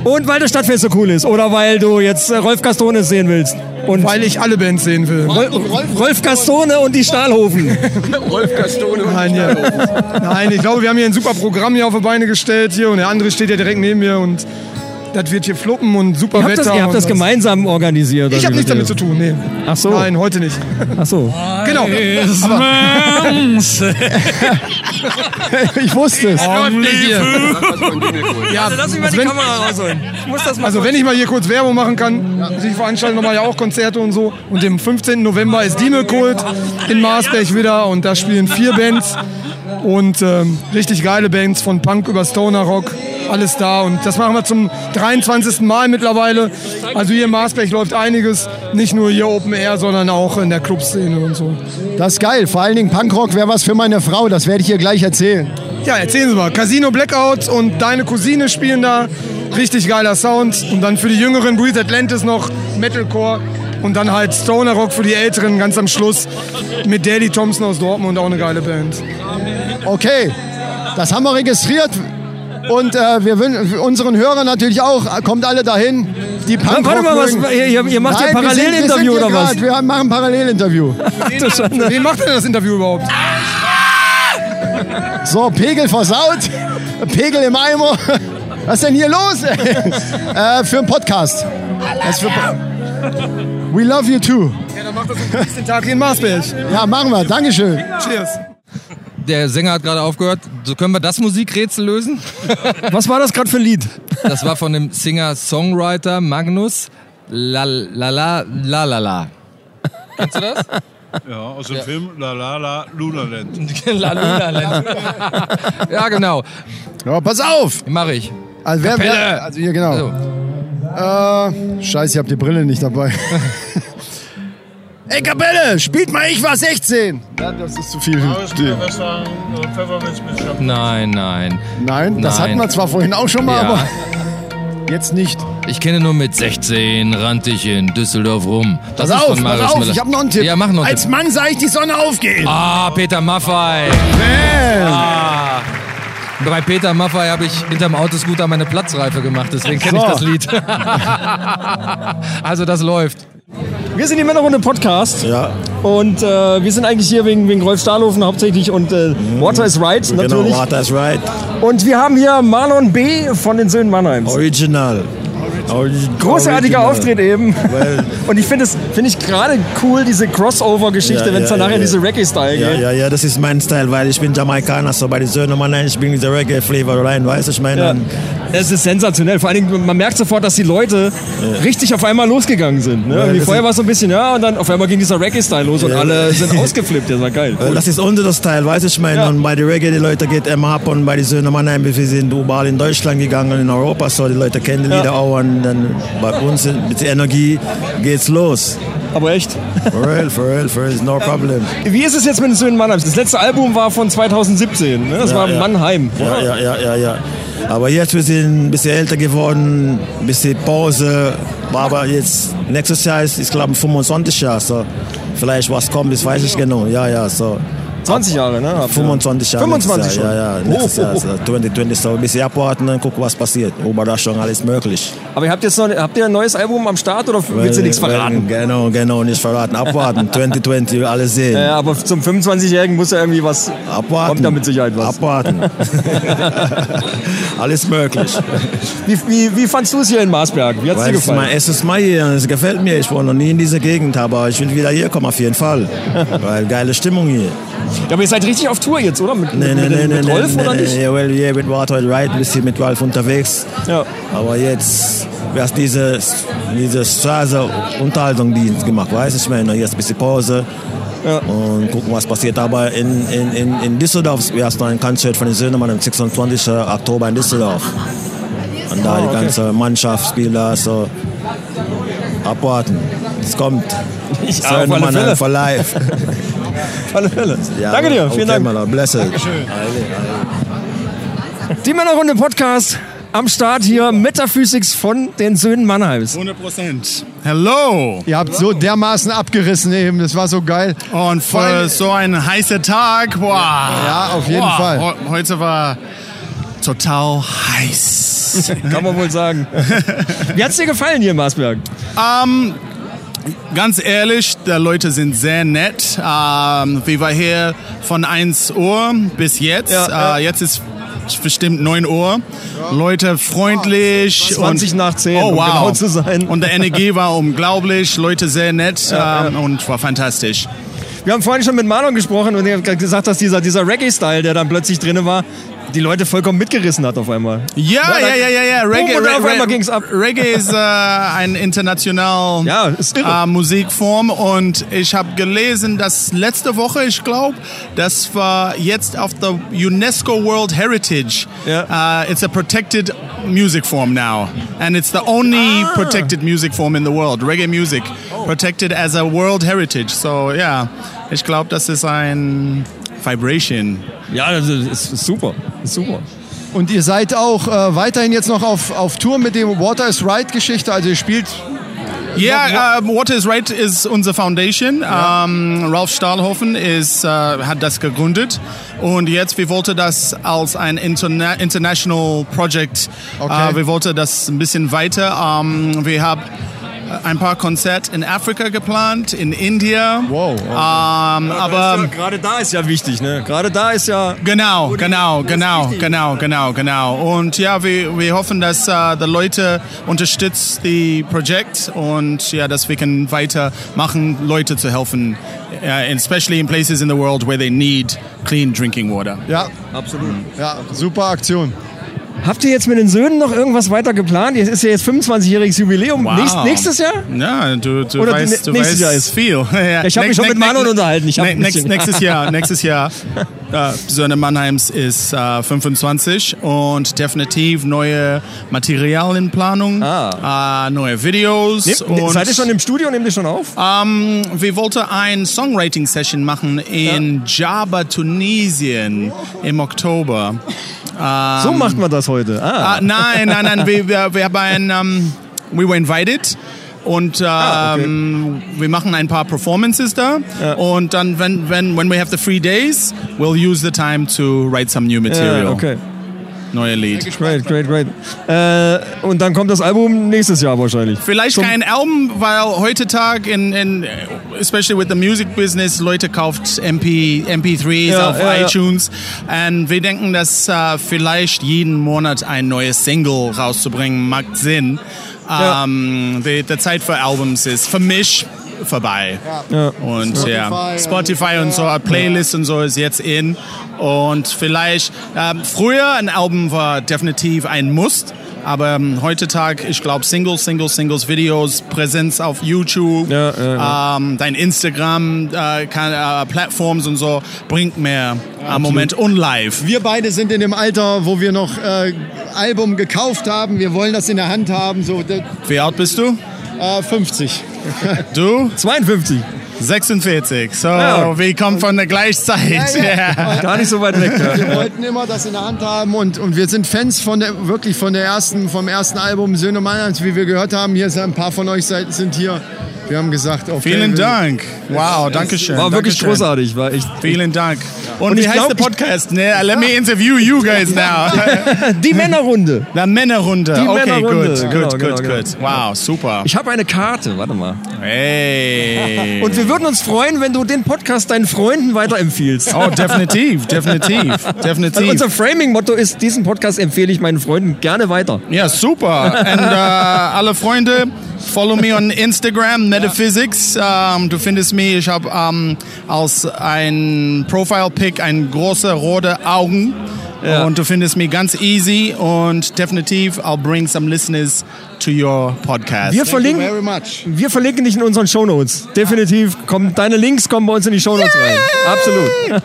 Speaker 1: Und weil das Stadtfest so cool ist oder weil du jetzt äh, Rolf Gastones sehen willst. Und weil ich alle Bands sehen will. Rolf, Rolf Gastone und die Stahlhofen.
Speaker 12: Rolf Gastone und Nein, ja. Nein, ich glaube, wir haben hier ein super Programm hier auf die Beine gestellt hier und der andere steht ja direkt neben mir und das wird hier fluppen und super
Speaker 1: Ihr habt
Speaker 12: Wetter.
Speaker 1: das, ihr
Speaker 12: und
Speaker 1: habt das
Speaker 12: was.
Speaker 1: gemeinsam organisiert. also
Speaker 12: Ich habe nichts damit zu tun, nee.
Speaker 1: Ach so.
Speaker 12: Nein, heute nicht.
Speaker 1: Ach so.
Speaker 12: Genau.
Speaker 2: ich wusste es.
Speaker 12: Ja,
Speaker 1: also lass mich mal
Speaker 12: also
Speaker 1: die
Speaker 12: wenn-
Speaker 1: Kamera rausholen. Ich muss das mal
Speaker 12: Also
Speaker 1: kurz-
Speaker 12: wenn ich mal hier kurz Werbung machen kann, ich veranstalte nochmal ja auch Konzerte und so. Und am 15. November ist Diemelkult in Marsberg wieder und da spielen vier Bands und ähm, richtig geile Bands von Punk über Stoner Rock, alles da. Und das machen wir zum 23. Mal mittlerweile. Also hier in Marsberg läuft einiges, nicht nur hier Open Air, sondern auch in der Clubszene und so.
Speaker 2: Das ist geil. Vor allen Dingen Punkrock wäre was für meine Frau. Das werde ich ihr gleich erzählen.
Speaker 12: Ja, erzählen Sie mal. Casino Blackout und deine Cousine spielen da. Richtig geiler Sound. Und dann für die Jüngeren Breathe Atlantis noch Metalcore. Und dann halt Stoner Rock für die Älteren ganz am Schluss mit Daddy Thompson aus Dortmund, auch eine geile Band.
Speaker 2: Okay, das haben wir registriert. Und äh, wir wünschen unseren Hörern natürlich auch, kommt alle dahin, die Punkrock
Speaker 1: warte mal, was-
Speaker 2: mögen.
Speaker 1: ihr- ihr macht ja
Speaker 2: Nein, wir sind- wir sind
Speaker 1: Parallelinterview
Speaker 2: hier
Speaker 1: oder was?
Speaker 2: grad. Wir machen ein Parallelinterview.
Speaker 12: Wen macht denn das Interview überhaupt?
Speaker 2: So, Pegel versaut, Pegel im Eimer. Was ist denn hier los? äh, für einen Podcast. Das ist für We love you too.
Speaker 12: Ja, dann macht das am nächsten Tag hier in Marsberg.
Speaker 2: Ja, machen wir. Dankeschön.
Speaker 12: Cheers.
Speaker 16: Der Sänger hat gerade aufgehört. So können wir das Musikrätsel lösen?
Speaker 1: Was war das gerade für ein Lied?
Speaker 16: Das war von dem Singer-Songwriter Magnus La La La La La La. Kennst du das?
Speaker 9: Ja, aus dem Film La La La Luna Land.
Speaker 16: La Luna Land. Ja, genau.
Speaker 2: Ja, pass auf!
Speaker 16: Mach ich.
Speaker 2: Also, wer,
Speaker 16: Kapelle.
Speaker 2: wer, also hier genau. Äh, scheiße, ich habe die Brille nicht dabei. Ey, Kapelle, spielt mal Ich war 16. Ja, das ist zu viel.
Speaker 16: Nein, nein.
Speaker 2: Nein, das hatten wir zwar vorhin auch schon mal, aber jetzt nicht.
Speaker 16: Ich kenne nur mit 16 rannte ich in Düsseldorf rum. Das
Speaker 2: pass
Speaker 16: ist
Speaker 2: auf,
Speaker 16: von
Speaker 2: pass
Speaker 16: Marius
Speaker 2: auf,
Speaker 16: Müller.
Speaker 2: ich habe noch einen Tipp.
Speaker 16: Ja, mach noch einen
Speaker 2: Als
Speaker 16: Tipp.
Speaker 2: Mann sah ich die Sonne aufgehen.
Speaker 16: Ah, Peter Maffei. Ah. Bei Peter Maffei habe ich hinterm Autoscooter meine Platzreife gemacht, deswegen kenne
Speaker 1: So.
Speaker 16: ich das Lied. also das läuft.
Speaker 1: Wir sind die Männerrunde Podcast. Ja. Und äh, wir sind eigentlich hier wegen, wegen Rolf Stahlhofen hauptsächlich und äh, Water is Right
Speaker 25: Genau,
Speaker 1: natürlich.
Speaker 25: Water is Right.
Speaker 1: Und wir haben hier Marlon B. von den Söhnen Mannheims.
Speaker 25: Original.
Speaker 1: Oh, Großartiger
Speaker 25: Original.
Speaker 1: Auftritt eben. Und ich finde es finde ich gerade cool, diese Crossover-Geschichte, wenn es dann nachher in diese Reggae-Style
Speaker 25: ja,
Speaker 1: geht.
Speaker 25: Ja, ja, das ist mein Style, weil ich bin Jamaikaner, so bei den Söhnen Nummer 9, ich bringe diese Reggae-Flavor rein, weißt du, ich meine.
Speaker 1: Ja.
Speaker 25: und-
Speaker 1: Es ist sensationell. Vor allen Dingen, man merkt sofort, dass die Leute richtig auf einmal losgegangen sind. Ne?
Speaker 25: Ja,
Speaker 1: Irgendwie
Speaker 25: das
Speaker 1: vorher
Speaker 25: ist-
Speaker 1: war es so ein bisschen, ja, und dann auf einmal ging dieser Reggae-Style los und alle sind ausgeflippt. Das war geil.
Speaker 25: Äh, Das ist unser Style, weißt du, ich meine. Und bei den Reggae, die Leute geht immer ab und bei den Söhnen Nummer 9, wir sind überall in Deutschland gegangen und in Europa, so die Leute kennen die Lieder auch und dann bei uns mit der Energie geht's los.
Speaker 1: Aber echt?
Speaker 25: For real, for real, for real, no problem.
Speaker 1: Wie ist es jetzt mit den Söhnen Mannheims? Das letzte Album war von 2017. Ne? Das
Speaker 25: Ja,
Speaker 1: war
Speaker 25: ja.
Speaker 1: Mannheim.
Speaker 25: Ja, ja, ja, ja, ja. Aber jetzt wir sind ein bisschen älter geworden, ein bisschen Pause. Aber jetzt, nächstes Jahr ist, ich glaube, 25 Jahre. So. Vielleicht was kommt, das weiß ich genau. Ja, ja, so.
Speaker 1: 20 Jahre, ne?
Speaker 25: 25 Jahre.
Speaker 1: 25
Speaker 25: nächstes Jahr, Ja, ja,
Speaker 1: schon.
Speaker 25: nächstes
Speaker 1: Oh,
Speaker 25: Jahr.
Speaker 1: oh,
Speaker 25: So 2020, so ein bisschen abwarten und gucken, was passiert. Überraschung, alles möglich.
Speaker 1: Aber ihr habt jetzt noch habt ihr ein neues Album am Start oder willst du nichts verraten?
Speaker 25: Genau, genau, nicht verraten. Abwarten, 2020, alles sehen.
Speaker 1: Ja, aber zum 25-Jährigen muss ja irgendwie was.
Speaker 25: Abwarten.
Speaker 1: Kommt da mit Sicherheit was.
Speaker 25: Abwarten. alles möglich.
Speaker 1: Wie, wie, wie fandst du es hier in Marsberg? Wie hat es dir
Speaker 25: Weil es ist
Speaker 1: gefallen?
Speaker 25: mein erstes Mal hier und es gefällt mir. Ich war noch nie in dieser Gegend, aber ich will wieder hier kommen auf jeden Fall. Weil geile Stimmung hier.
Speaker 1: Ja, aber ihr seid richtig auf Tour jetzt, oder? Mit,
Speaker 25: Nee,
Speaker 1: mit,
Speaker 25: nee,
Speaker 1: mit,
Speaker 25: nee, nee,
Speaker 1: mit
Speaker 25: nee,
Speaker 1: Rolf
Speaker 25: nee,
Speaker 1: oder
Speaker 25: nee,
Speaker 1: nicht?
Speaker 25: Ja, well, yeah, mit Wartoid Ride, ein bisschen mit Ralf unterwegs.
Speaker 1: Ja.
Speaker 25: Aber jetzt wäre es diese, diese Straße Unterhaltung, die jetzt gemacht, weiß ich meine. Jetzt ein bisschen Pause. Und gucken, was passiert. Aber in, in, in, in Düsseldorf wäre es noch ein Konzert von den Söhnemann am 26. Oktober in Düsseldorf. Und da
Speaker 1: Ah,
Speaker 25: die
Speaker 1: okay.
Speaker 25: ganze Mannschaft spielt da so. Abwarten. Es kommt.
Speaker 1: Ich- auf alle Fälle.
Speaker 25: Söhnemann for life.
Speaker 1: Auf alle Fälle.
Speaker 25: Ja,
Speaker 1: Danke dir, vielen
Speaker 25: okay,
Speaker 1: Dank.
Speaker 25: Mann, blessed.
Speaker 1: Die Männerrunde Podcast am Start hier. Metaphysics von den Söhnen Mannheims.
Speaker 2: 100 Prozent. Hello. Ihr habt so dermaßen abgerissen eben, das war so geil. Und
Speaker 26: Voll so ein heißer Tag. Wow.
Speaker 2: Ja, auf jeden
Speaker 26: wow.
Speaker 2: Fall.
Speaker 26: Heu- Heute war total heiß.
Speaker 1: Kann man wohl sagen. Wie hat's dir gefallen hier in Marsberg?
Speaker 26: Ähm, ganz ehrlich, die Leute sind sehr nett. Ähm, wir waren hier von 1 Uhr bis jetzt.
Speaker 1: Ja, ja.
Speaker 26: Äh, jetzt ist bestimmt 9 Uhr. Leute freundlich.
Speaker 1: 20
Speaker 26: und,
Speaker 1: Ah, nach 10,
Speaker 26: oh,
Speaker 1: um
Speaker 26: wow.
Speaker 1: genau zu sein.
Speaker 26: Und die Energie war unglaublich. Leute sehr nett
Speaker 1: Ja,
Speaker 26: ähm, und war fantastisch.
Speaker 1: Wir haben vorhin schon mit Marlon gesprochen und er hat gerade gesagt, dass dieser, dieser Reggae-Style, der dann plötzlich drin war, die Leute vollkommen mitgerissen hat auf einmal.
Speaker 26: Ja, ja, ja, ja, ja.
Speaker 1: Reggae, und dann auf
Speaker 26: Re-
Speaker 1: einmal ging's ab.
Speaker 26: Reggae ist äh, ein international
Speaker 1: irre.
Speaker 26: äh, Musikform und ich habe gelesen, dass letzte Woche, ich glaube, das war jetzt auf der UNESCO World Heritage. Äh, it's a protected music form now and it's the only
Speaker 1: Ah.
Speaker 26: protected music form in the world. Reggae music
Speaker 1: Oh.
Speaker 26: protected as a World Heritage. So ja, ich glaube, das ist ein Vibration.
Speaker 1: Ja, das ist, super, super.
Speaker 2: Und ihr seid auch äh, weiterhin jetzt noch auf, auf Tour mit dem Water is Right Geschichte, also ihr spielt
Speaker 26: Ja, ähm, Water is Right ist unsere Foundation. Ähm, Ralf Stahlhofen ist, äh, hat das gegründet. Und jetzt, wir wollten das als ein interna international Project,
Speaker 2: Okay.
Speaker 26: äh, wir wollten das ein bisschen weiter. Ähm, wir haben ein paar Konzerte in Afrika geplant, in India. Wow. Ähm, aber
Speaker 1: gerade da ist ja wichtig, ne? Gerade da ist ja.
Speaker 26: Genau, genau, genau, genau, genau, genau. Und ja, wir, wir hoffen, dass äh, die Leute unterstützt die Projekt und ja, dass wir können weitermachen, Leute zu helfen, äh, especially in places in the world where they need clean drinking water.
Speaker 2: Ja, absolut. Ja, super Aktion.
Speaker 1: Habt ihr jetzt mit den Söhnen noch irgendwas weiter geplant? Es ist ja jetzt 25-jähriges Jubiläum. Nächst, nächstes Jahr?
Speaker 26: Ja, du, du
Speaker 1: Oder
Speaker 26: weißt,
Speaker 1: nä-
Speaker 26: du
Speaker 1: nächstes
Speaker 26: weißt
Speaker 1: Jahr ist-
Speaker 26: viel.
Speaker 1: Ja, ich hab mich
Speaker 26: Näch-
Speaker 1: schon mit
Speaker 26: näch-
Speaker 1: Manon
Speaker 26: näch-
Speaker 1: unterhalten, ich hab
Speaker 26: näch-
Speaker 1: ein bisschen-
Speaker 26: näch- nächstes Jahr, nächstes Jahr. Äh, Söhne Mannheims ist äh, 25 und definitiv neue Material in Planung, äh, neue Videos.
Speaker 1: Ne, Ah. ne,
Speaker 26: und
Speaker 1: seid ihr schon im Studio? Nehmt ihr schon auf?
Speaker 26: ähm, wir wollten eine Songwriting-Session machen in Java, Tunesien im Oktober. Ähm,
Speaker 1: so macht man das heute. Ah.
Speaker 26: Ah, nein, nein, nein. Wir, wir, wir haben ein, ähm, we were invited. Und ähm,
Speaker 1: Ah,
Speaker 26: wir machen ein paar Performances da. Und dann, wenn, wenn when we have the free days, we'll use the time to write some new material.
Speaker 1: Ja, Äh, okay.
Speaker 26: Neue Lied.
Speaker 1: Great, great, great. Äh, und dann kommt das Album nächstes Jahr wahrscheinlich.
Speaker 26: Vielleicht kein Album, weil heutzutage in, in especially with the music business Leute kauft MP MP3s
Speaker 1: Ja,
Speaker 26: auf
Speaker 1: ja, ja.
Speaker 26: iTunes und wir denken, dass äh, vielleicht jeden Monat ein neues Single rauszubringen macht Sinn. ähm, die, der Zeit für Albums ist für mich vorbei.
Speaker 27: Ja.
Speaker 26: Und
Speaker 27: Spotify
Speaker 26: ja,
Speaker 27: und-
Speaker 26: Spotify und so, Playlist und so ist jetzt in. Und vielleicht, ähm, früher ein Album war definitiv ein Muss, aber ähm, heutzutage, ich glaube, Singles, Singles, Singles, Videos, Präsenz auf YouTube,
Speaker 1: ja.
Speaker 26: Ähm, dein Instagram, äh, kann, äh, Plattforms und so, bringt mehr am Moment und live.
Speaker 2: Wir beide sind in dem Alter, wo wir noch äh, Album gekauft haben. Wir wollen das in der Hand haben. So, d-
Speaker 26: Wie alt bist du?
Speaker 2: 50.
Speaker 26: Du?
Speaker 27: 52.
Speaker 26: 46. So,
Speaker 2: Ja.
Speaker 26: wir kommen von der Gleichzeit.
Speaker 2: Ja, ja.
Speaker 26: Gar nicht so weit
Speaker 2: Wir wollten immer das in der Hand haben und, und wir sind Fans von der, wirklich von der ersten, vom ersten Album Söhne Mannheims, wie wir gehört haben. Hier sind ein paar von euch seid, sind hier. Wir haben gesagt, okay,
Speaker 26: Vielen
Speaker 2: wir-
Speaker 26: Dank. Wow,
Speaker 2: Es-
Speaker 26: danke schön.
Speaker 2: War wirklich
Speaker 26: Dankeschön.
Speaker 2: großartig,
Speaker 27: war echt.
Speaker 26: Vielen Dank. Und,
Speaker 2: Und
Speaker 26: wie
Speaker 2: ich
Speaker 26: heißt
Speaker 2: glaub,
Speaker 26: der Podcast? Ne? Let me interview you guys now.
Speaker 27: Die Männerrunde.
Speaker 26: Die Männerrunde.
Speaker 27: Die
Speaker 26: okay,
Speaker 27: Männerrunde.
Speaker 26: gut,
Speaker 27: Genau,
Speaker 26: gut,
Speaker 27: genau,
Speaker 26: gut,
Speaker 27: genau.
Speaker 26: gut. Wow, super.
Speaker 27: Ich habe eine Karte, warte mal.
Speaker 26: Hey.
Speaker 27: Und wir würden uns freuen, wenn du den Podcast deinen Freunden weiterempfiehlst.
Speaker 26: Oh, definitiv, definitiv, definitiv.
Speaker 27: Also unser Framing-Motto ist, diesen Podcast empfehle ich meinen Freunden gerne weiter.
Speaker 26: Ja, super. Und äh, alle Freunde, follow me on Instagram, Metaphysics. Ähm, du findest mich, ich habe ähm, als ein Profile-Pick ein große rote Augen. Und du findest mich ganz easy und definitiv I'll bring some listeners to your podcast.
Speaker 27: Wir verlinken, wir verlinken dich in unseren Shownotes. Definitiv. Kommen, deine Links kommen bei uns in die Shownotes rein. Absolut.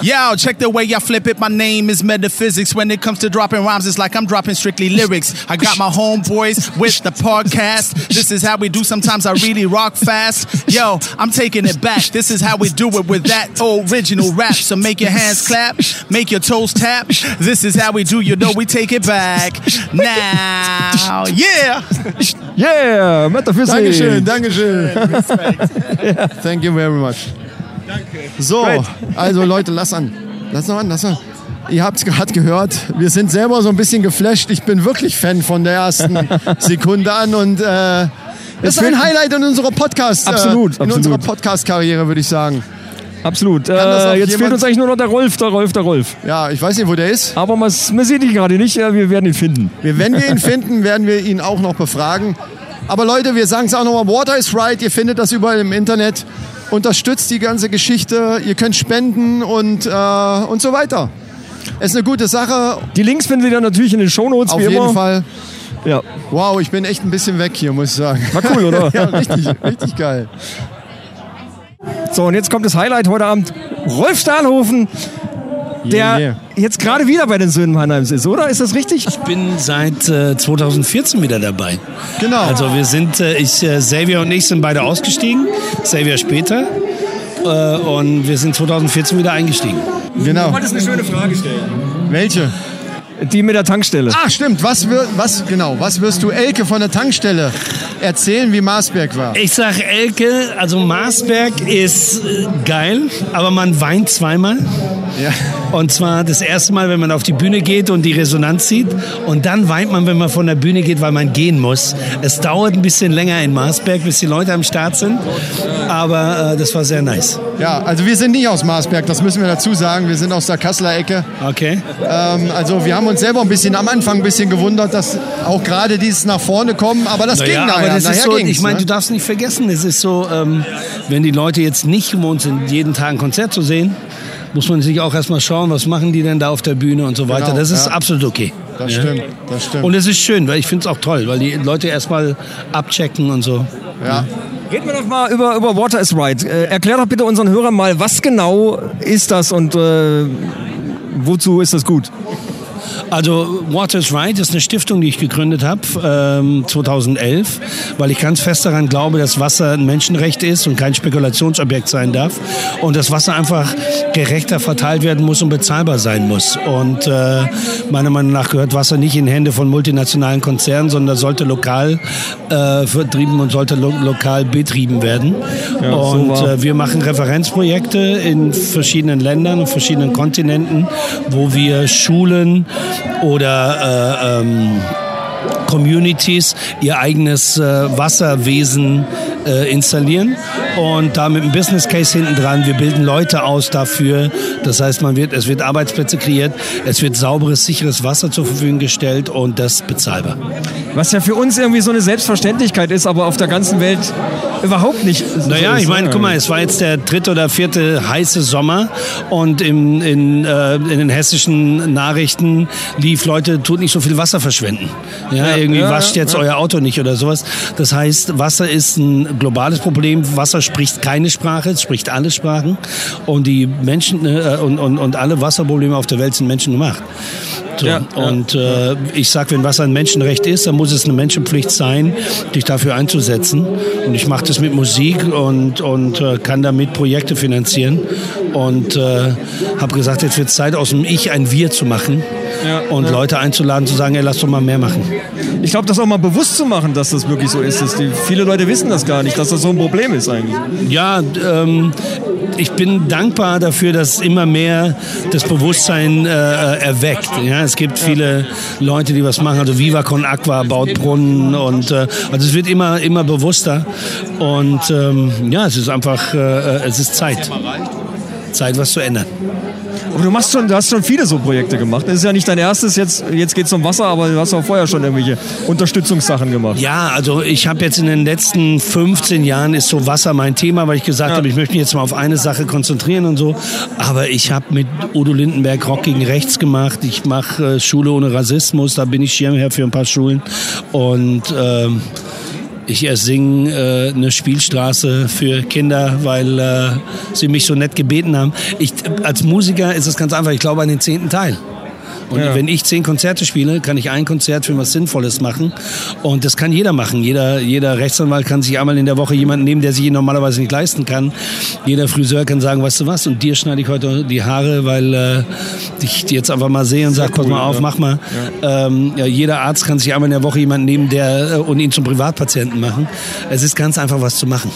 Speaker 26: Yo, check the way I flip it. My name is metaphysics. When it comes to dropping rhymes, it's like I'm dropping strictly lyrics. I got my homeboys with the podcast. This is how we do. Sometimes I really rock fast. Yo, I'm taking it back. This is how we do it with that original rap. So make your hands clap, make your toes tap. This is how we do. You know we take it back now. Yeah.
Speaker 27: Yeah, Metaphysics.
Speaker 2: Dankeschön, Dankeschön. Thank you very much. Danke. So,
Speaker 27: Great.
Speaker 2: also Leute, lass an. Lass noch an, lass an. Ihr habt es gerade gehört. Wir sind selber so ein bisschen geflasht. Ich bin wirklich Fan von der ersten Sekunde an und äh, das
Speaker 27: Das
Speaker 2: ist
Speaker 27: wird-
Speaker 2: ein Highlight in unserer Podcast,
Speaker 27: Absolut,
Speaker 2: äh, in
Speaker 27: absolut.
Speaker 2: unserer Podcast-Karriere, würde ich sagen.
Speaker 27: Absolut.
Speaker 2: das
Speaker 27: Äh,
Speaker 2: noch
Speaker 27: jetzt
Speaker 2: jemand-
Speaker 27: fehlt uns eigentlich nur noch der Rolf, der Rolf, der Rolf.
Speaker 2: Ja, ich weiß nicht, wo der ist.
Speaker 27: Aber man, man sieht ihn gerade nicht. Ja, Wir werden ihn finden.
Speaker 2: Wir, wenn wir ihn finden, werden wir ihn auch noch befragen. Aber Leute, wir sagen es auch nochmal, Water is Right, ihr findet das überall im Internet. Unterstützt die ganze Geschichte, ihr könnt spenden und, äh, und so weiter. Es ist eine gute Sache.
Speaker 27: Die Links findet ihr natürlich in den Shownotes,
Speaker 2: Auf
Speaker 27: wie
Speaker 2: jeden
Speaker 27: immer.
Speaker 2: Fall.
Speaker 27: Ja.
Speaker 2: Wow, ich bin echt ein bisschen weg hier, muss ich sagen.
Speaker 27: War cool, oder?
Speaker 2: ja, richtig, richtig geil.
Speaker 27: So, und jetzt kommt das Highlight heute Abend. Rolf Stahlhofen, der
Speaker 15: Yeah, yeah.
Speaker 27: jetzt gerade wieder bei den Söhnen Mannheims ist, oder? Ist das richtig?
Speaker 15: Ich bin seit äh, 2014 wieder dabei. Genau. Also wir sind, äh, ich, äh, Xavier und ich sind beide ausgestiegen, Xavier später. Äh, und wir sind 2014 wieder eingestiegen.
Speaker 2: Genau.
Speaker 27: Du wolltest eine schöne Frage stellen.
Speaker 2: Welche?
Speaker 27: Die mit der Tankstelle.
Speaker 2: Ah, stimmt. Was, wir, was, genau, was wirst du Elke von der Tankstelle erzählen, wie Marsberg war?
Speaker 15: Ich sag Elke, also Marsberg ist äh, geil, aber man weint zweimal. Und zwar das erste Mal, wenn man auf die Bühne geht und die Resonanz sieht. Und dann weint man, wenn man von der Bühne geht, weil man gehen muss. Es dauert ein bisschen länger in Marsberg, bis die Leute am Start sind. Aber äh, das war sehr nice.
Speaker 2: Ja, also wir sind nicht aus Marsberg, das müssen wir dazu sagen. Wir sind aus der Kasseler Ecke.
Speaker 15: Okay.
Speaker 2: Ähm, also wir haben uns selber ein bisschen am Anfang ein bisschen gewundert, dass auch gerade dieses nach vorne kommen, aber das
Speaker 15: Naja,
Speaker 2: ging nachher.
Speaker 15: aber das
Speaker 2: nachher
Speaker 15: ist so,
Speaker 2: ging's,
Speaker 15: ich meine,
Speaker 2: ne?
Speaker 15: du darfst nicht vergessen, es ist so, ähm, wenn die Leute jetzt nicht gewohnt sind, jeden Tag ein Konzert zu sehen, muss man sich auch erstmal schauen, was machen die denn da auf der Bühne und so weiter.
Speaker 2: Genau,
Speaker 15: das ist
Speaker 2: ja.
Speaker 15: absolut okay.
Speaker 2: Das
Speaker 15: Ja.
Speaker 2: stimmt, das stimmt.
Speaker 15: Und es ist schön, weil ich finde es auch toll, weil die Leute erstmal abchecken und so.
Speaker 2: Ja.
Speaker 27: Reden wir doch mal über, über Water is Right. Äh, erklär doch bitte unseren Hörern mal, was genau ist das und äh, wozu ist das gut?
Speaker 15: Also Water is Right ist eine Stiftung, die ich gegründet habe ähm, 2011, weil ich ganz fest daran glaube, dass Wasser ein Menschenrecht ist und kein Spekulationsobjekt sein darf und dass Wasser einfach gerechter verteilt werden muss und bezahlbar sein muss. Und äh, meiner Meinung nach gehört Wasser nicht in Hände von multinationalen Konzernen, sondern sollte lokal äh, vertrieben und sollte lo lokal betrieben werden.
Speaker 28: Ja, so
Speaker 15: und
Speaker 28: wahr.
Speaker 15: äh, wir machen Referenzprojekte in verschiedenen Ländern und verschiedenen Kontinenten, wo wir Schulen oder äh, ähm, Communities ihr eigenes äh, Wasserwesen äh, installieren und da mit einem Business Case hinten dran. Wir bilden Leute aus dafür. Das heißt, man wird, es wird Arbeitsplätze kreiert, es wird sauberes, sicheres Wasser zur Verfügung gestellt und das bezahlbar.
Speaker 1: Was ja für uns irgendwie so eine Selbstverständlichkeit ist, aber auf der ganzen Welt überhaupt nicht. so
Speaker 15: Naja,
Speaker 1: ist,
Speaker 15: ich meine,
Speaker 1: ne?
Speaker 15: guck mal, es war jetzt der dritte oder vierte heiße Sommer und im, in, äh, in den hessischen Nachrichten lief Leute, tut nicht so viel Wasser verschwenden. Ja,
Speaker 1: Ja,
Speaker 15: irgendwie
Speaker 1: ja,
Speaker 15: wascht
Speaker 1: ja,
Speaker 15: jetzt
Speaker 1: ja.
Speaker 15: euer Auto nicht oder sowas. Das heißt, Wasser ist ein globales Problem. Wasser spricht keine Sprache, es spricht alle Sprachen und die Menschen äh, und, und, und alle Wasserprobleme auf der Welt sind Menschen gemacht. So.
Speaker 1: Ja,
Speaker 15: und Äh, ich sage, wenn Wasser ein Menschenrecht ist, dann muss es eine Menschenpflicht sein, dich dafür einzusetzen. Und ich mache das mit Musik und, und äh, kann damit Projekte finanzieren. Und äh, habe gesagt, jetzt wird Zeit, aus dem Ich ein Wir zu machen. und Leute einzuladen, zu sagen, ey, lass doch mal mehr machen.
Speaker 1: Ich glaube, das auch mal bewusst zu machen, dass das wirklich so ist. Dass die, viele Leute wissen das gar nicht, dass das so ein Problem ist eigentlich.
Speaker 15: Ja, ähm, ich bin dankbar dafür, dass immer mehr das Bewusstsein äh, äh, erweckt. Ja, es gibt viele Leute, die was machen. Also Viva Con Aqua baut Brunnen und äh, also es wird immer immer bewusster. Und ähm, ja, es ist einfach, äh, äh, es ist Zeit, Zeit, was zu ändern.
Speaker 1: Aber du machst schon, du hast schon viele so Projekte gemacht. Das ist ja nicht dein erstes, jetzt, jetzt geht es um Wasser, aber du hast auch vorher schon irgendwelche Unterstützungssachen gemacht.
Speaker 15: Ja, also ich habe jetzt in den letzten 15 Jahren ist so Wasser mein Thema, weil ich gesagt habe, ich möchte mich jetzt mal auf eine Sache konzentrieren und so. Aber ich habe mit Udo Lindenberg Rock gegen Rechts gemacht. Ich mache äh, Schule ohne Rassismus. Da bin ich Schirmherr für ein paar Schulen. Und ähm, ich ersing äh, eine Spielstraße für Kinder, weil äh, sie mich so nett gebeten haben. Ich, als Musiker ist es ganz einfach. Ich glaube an den zehnten Teil. Und
Speaker 1: Ja.
Speaker 15: wenn ich zehn Konzerte spiele, kann ich ein Konzert für was Sinnvolles machen. Und das kann jeder machen. Jeder, jeder Rechtsanwalt kann sich einmal in der Woche jemanden nehmen, der sich ihn normalerweise nicht leisten kann. Jeder Friseur kann sagen, weißt du was, und dir schneide ich heute die Haare, weil äh, ich die jetzt einfach mal sehe und sage, pass mal auf,
Speaker 1: ja.
Speaker 15: mach mal. Ähm, ja, jeder Arzt kann sich einmal in der Woche jemanden nehmen, der äh, und ihn zum Privatpatienten machen. Es ist ganz einfach, was zu machen.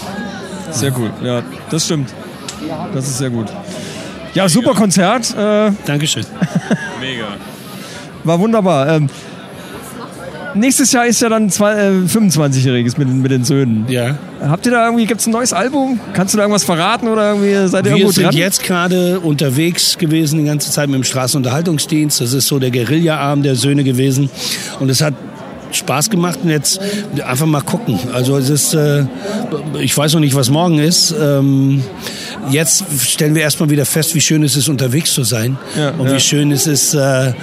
Speaker 1: Sehr cool, ja, das stimmt. Das ist sehr gut. Ja, super Konzert. Äh,
Speaker 15: Dankeschön.
Speaker 17: Mega.
Speaker 1: War wunderbar. Ähm, nächstes Jahr ist ja dann zwei- äh, 25-Jähriges mit, den- mit den Söhnen.
Speaker 15: Ja.
Speaker 1: Habt ihr da irgendwie, gibt es ein neues Album? Kannst du da irgendwas verraten oder irgendwie seid ihr
Speaker 15: Wir
Speaker 1: irgendwo
Speaker 15: sind
Speaker 1: dran?
Speaker 15: jetzt gerade unterwegs gewesen, die ganze Zeit mit dem Straßenunterhaltungsdienst. Das ist so der Guerilla-Arm der Söhne gewesen. Und es hat Spaß gemacht und jetzt einfach mal gucken. Also es ist, äh, ich weiß noch nicht, was morgen ist. Ähm, jetzt stellen wir erstmal wieder fest, wie schön es ist, unterwegs zu sein.
Speaker 1: Ja,
Speaker 15: und wie
Speaker 1: ja.
Speaker 15: schön es ist, äh,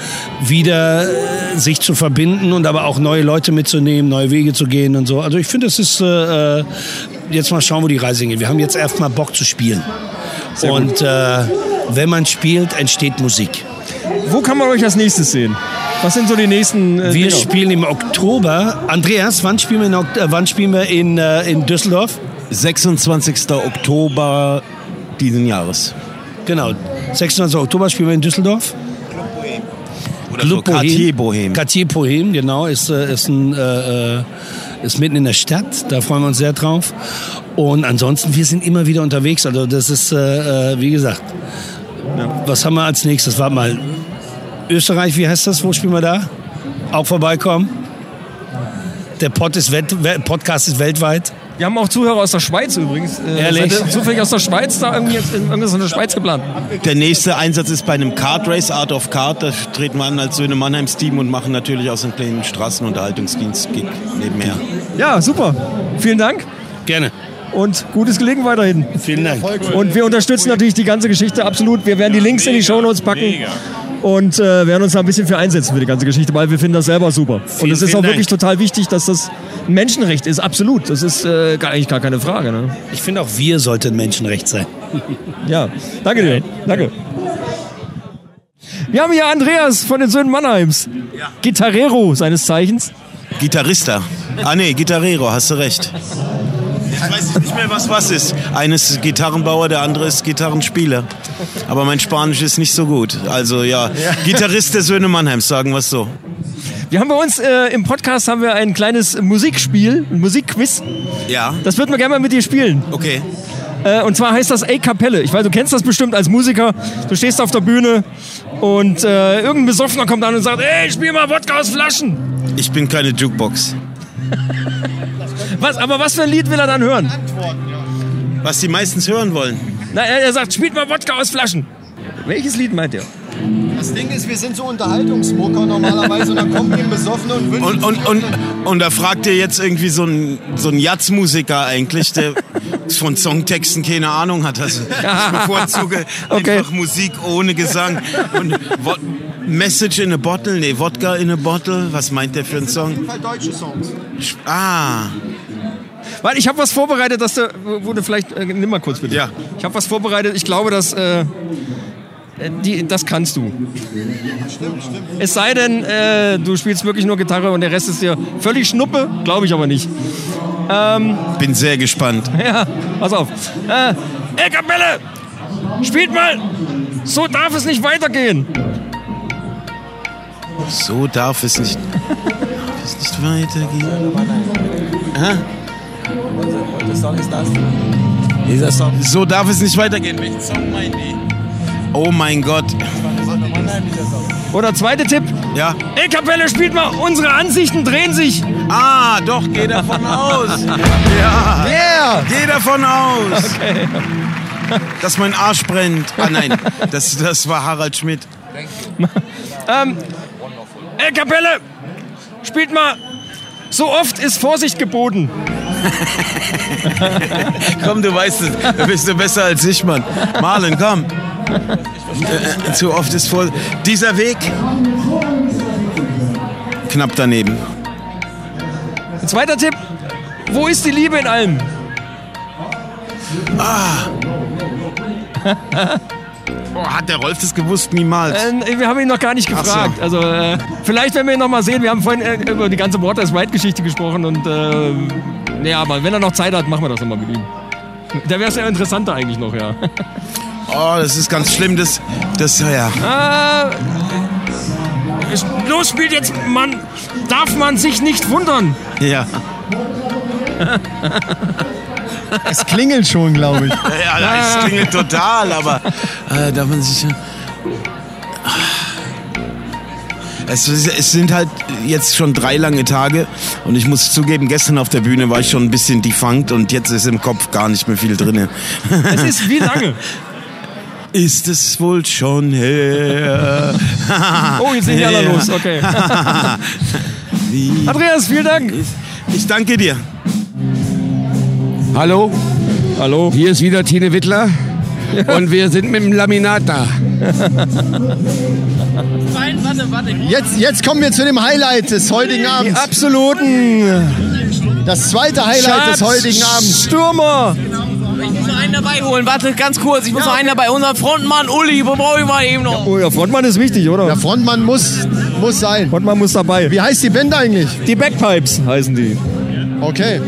Speaker 15: wieder äh, sich zu verbinden und aber auch neue Leute mitzunehmen, neue Wege zu gehen und so. Also ich finde, es ist, äh, äh, jetzt mal schauen, wo die Reise hingeht. Wir haben jetzt erstmal Bock zu spielen. und äh, wenn man spielt, entsteht Musik.
Speaker 1: Wo kann man euch als nächstes sehen? Was sind so die nächsten äh,
Speaker 15: Wir
Speaker 1: Dinger?
Speaker 15: spielen im Oktober. Andreas, wann spielen wir in, Ok- äh, wann spielen wir in, äh, in Düsseldorf?
Speaker 29: 26. Oktober diesen Jahres.
Speaker 15: Genau. 26. Oktober spielen wir in Düsseldorf. Club
Speaker 29: so Cartier Bohem.
Speaker 15: Cartier Bohem, genau, ist, äh, ist, ein, äh, äh, ist mitten in der Stadt. Da freuen wir uns sehr drauf. Und ansonsten, wir sind immer wieder unterwegs. Also das ist, äh, äh, wie gesagt, was haben wir als nächstes? Warte mal, Österreich, wie heißt das? Wo spielen wir da? Auch vorbeikommen? Der Pod ist wet- we- Podcast ist weltweit.
Speaker 1: Wir haben auch Zuhörer aus der Schweiz übrigens. Äh,
Speaker 15: Ehrlich?
Speaker 1: seid ihr Zufällig aus der Schweiz da irgendwie jetzt in, irgendwas in der Schweiz geplant.
Speaker 29: Der nächste Einsatz ist bei einem Kart Race Art of Kart. Da treten wir an als Söhne Mannheims Team und machen natürlich auch so einen kleinen Straßenunterhaltungsdienst-Gig nebenher.
Speaker 1: Ja, super. Vielen Dank.
Speaker 15: Gerne.
Speaker 1: Und gutes Gelegen weiterhin.
Speaker 15: Vielen Dank.
Speaker 1: Und wir unterstützen natürlich die ganze Geschichte absolut. Wir werden die Links in die Shownotes packen. Und äh, werden uns da ein bisschen für einsetzen für die ganze Geschichte, weil wir finden das selber super. und
Speaker 15: Vielen,
Speaker 1: es ist
Speaker 15: vielen
Speaker 1: auch wirklich
Speaker 15: Dank.
Speaker 1: total wichtig, dass das ein Menschenrecht ist, absolut. Das ist äh, gar, eigentlich gar keine Frage. Ne?
Speaker 15: Ich finde auch wir sollten Menschenrecht sein.
Speaker 1: Ja, danke dir. Danke. Wir haben hier Andreas von den Söhnen Mannheims. Gitarrero seines Zeichens.
Speaker 29: Gitarrista. Ah nee, Gitarrero, hast du recht. Jetzt weiß ich nicht mehr, was was ist. Eines ist Gitarrenbauer, der andere ist Gitarrenspieler. Aber mein Spanisch ist nicht so gut. Also ja, Gitarrist der Söhne Mannheims, sagen wir es so.
Speaker 1: Wir haben bei uns äh, im Podcast haben wir ein kleines Musikspiel, ein Musikquiz.
Speaker 29: Ja.
Speaker 1: Das würden wir gerne mal mit dir spielen.
Speaker 29: Okay.
Speaker 1: Äh, und zwar heißt das A Kapelle. Ich weiß, du kennst das bestimmt als Musiker. Du stehst auf der Bühne und äh, irgendein Besoffener kommt an und sagt, ey, spiel mal Wodka aus Flaschen.
Speaker 29: Ich bin keine Jukebox.
Speaker 1: Was, aber was für ein Lied will er dann hören?
Speaker 29: Was die meistens hören wollen.
Speaker 1: Na, er, er sagt, spielt mal Wodka aus Flaschen. Welches Lied meint ihr?
Speaker 2: Das Ding ist, wir sind so Unterhaltungsmucker normalerweise und dann kommen wir besoffene und wünschen
Speaker 29: Und, und, und, und da fragt ihr jetzt irgendwie so ein so ein Jazzmusiker eigentlich, der von Songtexten keine Ahnung hat. Also ich bevorzuge einfach Musik ohne Gesang. Und Wo- Message in a Bottle, nee, Wodka in a Bottle. Was meint der für einen Song?
Speaker 2: Fall deutsche Songs.
Speaker 29: Ah.
Speaker 1: Weil ich habe was vorbereitet, dass du, wo du vielleicht, äh, nimm mal kurz bitte. Ja. Ich habe was vorbereitet, ich glaube, dass, äh, äh, die, das kannst du.
Speaker 2: Stimmt, stimmt.
Speaker 1: Es sei denn, äh, du spielst wirklich nur Gitarre und der Rest ist dir völlig Schnuppe, glaube ich aber nicht. Ähm,
Speaker 29: Bin sehr gespannt.
Speaker 1: ja, pass auf. Äh, ey, Kapelle, spielt mal! So darf es nicht weitergehen!
Speaker 29: So darf es nicht, darf es nicht weitergehen. Hä?
Speaker 2: Welcher Song ist das?
Speaker 29: Dieser Song. So darf es nicht weitergehen. Welchen Song meint ihr? Oh mein Gott.
Speaker 1: Oder zweiter Tipp?
Speaker 29: Ja.
Speaker 1: Ey, Kapelle, spielt mal! Unsere Ansichten drehen sich!
Speaker 29: Ah, doch, geh davon aus! Ja.
Speaker 1: Yeah!
Speaker 29: Geh davon aus! Dass mein Arsch brennt. Ah nein, das, das war Harald Schmidt.
Speaker 1: Ähm, ey, Kapelle, spielt mal. So oft ist Vorsicht geboten.
Speaker 29: komm, du weißt es. Da bist du besser als ich, Mann. Marlen, komm. Äh, Zu oft ist voll. Dieser Weg. Knapp daneben.
Speaker 1: Ein zweiter Tipp. Wo ist die Liebe in allem?
Speaker 29: Ah. Oh, hat der Rolf das gewusst? Niemals.
Speaker 1: Äh, wir haben ihn noch gar nicht
Speaker 29: Ach so.
Speaker 1: gefragt. Also äh, vielleicht werden wir ihn noch mal sehen. Wir haben vorhin äh, über die ganze Water is Right Geschichte gesprochen und äh, naja, aber wenn er noch Zeit hat, machen wir das nochmal mit ihm. Da wäre es ja interessanter eigentlich noch, ja.
Speaker 29: Oh, das ist ganz schlimm. Das, das ja.
Speaker 1: Äh, ist- los spielt jetzt, man darf man sich nicht wundern.
Speaker 29: Ja.
Speaker 2: Es klingelt schon, glaube ich.
Speaker 29: Ja, ja, es klingelt total, aber äh, darf man sich. Es, ist- es sind halt jetzt schon drei lange Tage und ich muss zugeben, gestern auf der Bühne war ich schon ein bisschen defunct und jetzt ist im Kopf gar nicht mehr viel drin.
Speaker 1: Es ist wie lange?
Speaker 29: Ist es wohl schon her?
Speaker 1: Oh, jetzt sind die alle los, okay.
Speaker 29: Wie-
Speaker 1: Andreas, vielen Dank.
Speaker 29: Ich danke dir.
Speaker 11: Hallo? Hallo? Hier ist wieder Tine Wittler. Und wir sind mit dem Laminat da.
Speaker 7: Warte, warte.
Speaker 2: Jetzt, jetzt kommen wir zu dem Highlight des heutigen Abends. Die absoluten. Das zweite Highlight des heutigen Abends.
Speaker 1: Stürmer.
Speaker 7: Ich muss noch einen dabei holen. Warte, ganz kurz. Ich muss noch einen dabei. Unser Frontmann Uli, wo brauche ich mal eben noch?
Speaker 1: Oh, der Frontmann ist wichtig, oder? Der
Speaker 2: Frontmann muss, muss sein.
Speaker 1: Frontmann muss dabei.
Speaker 2: Wie heißt die Band eigentlich?
Speaker 1: Die Backpipes heißen die.
Speaker 2: Okay.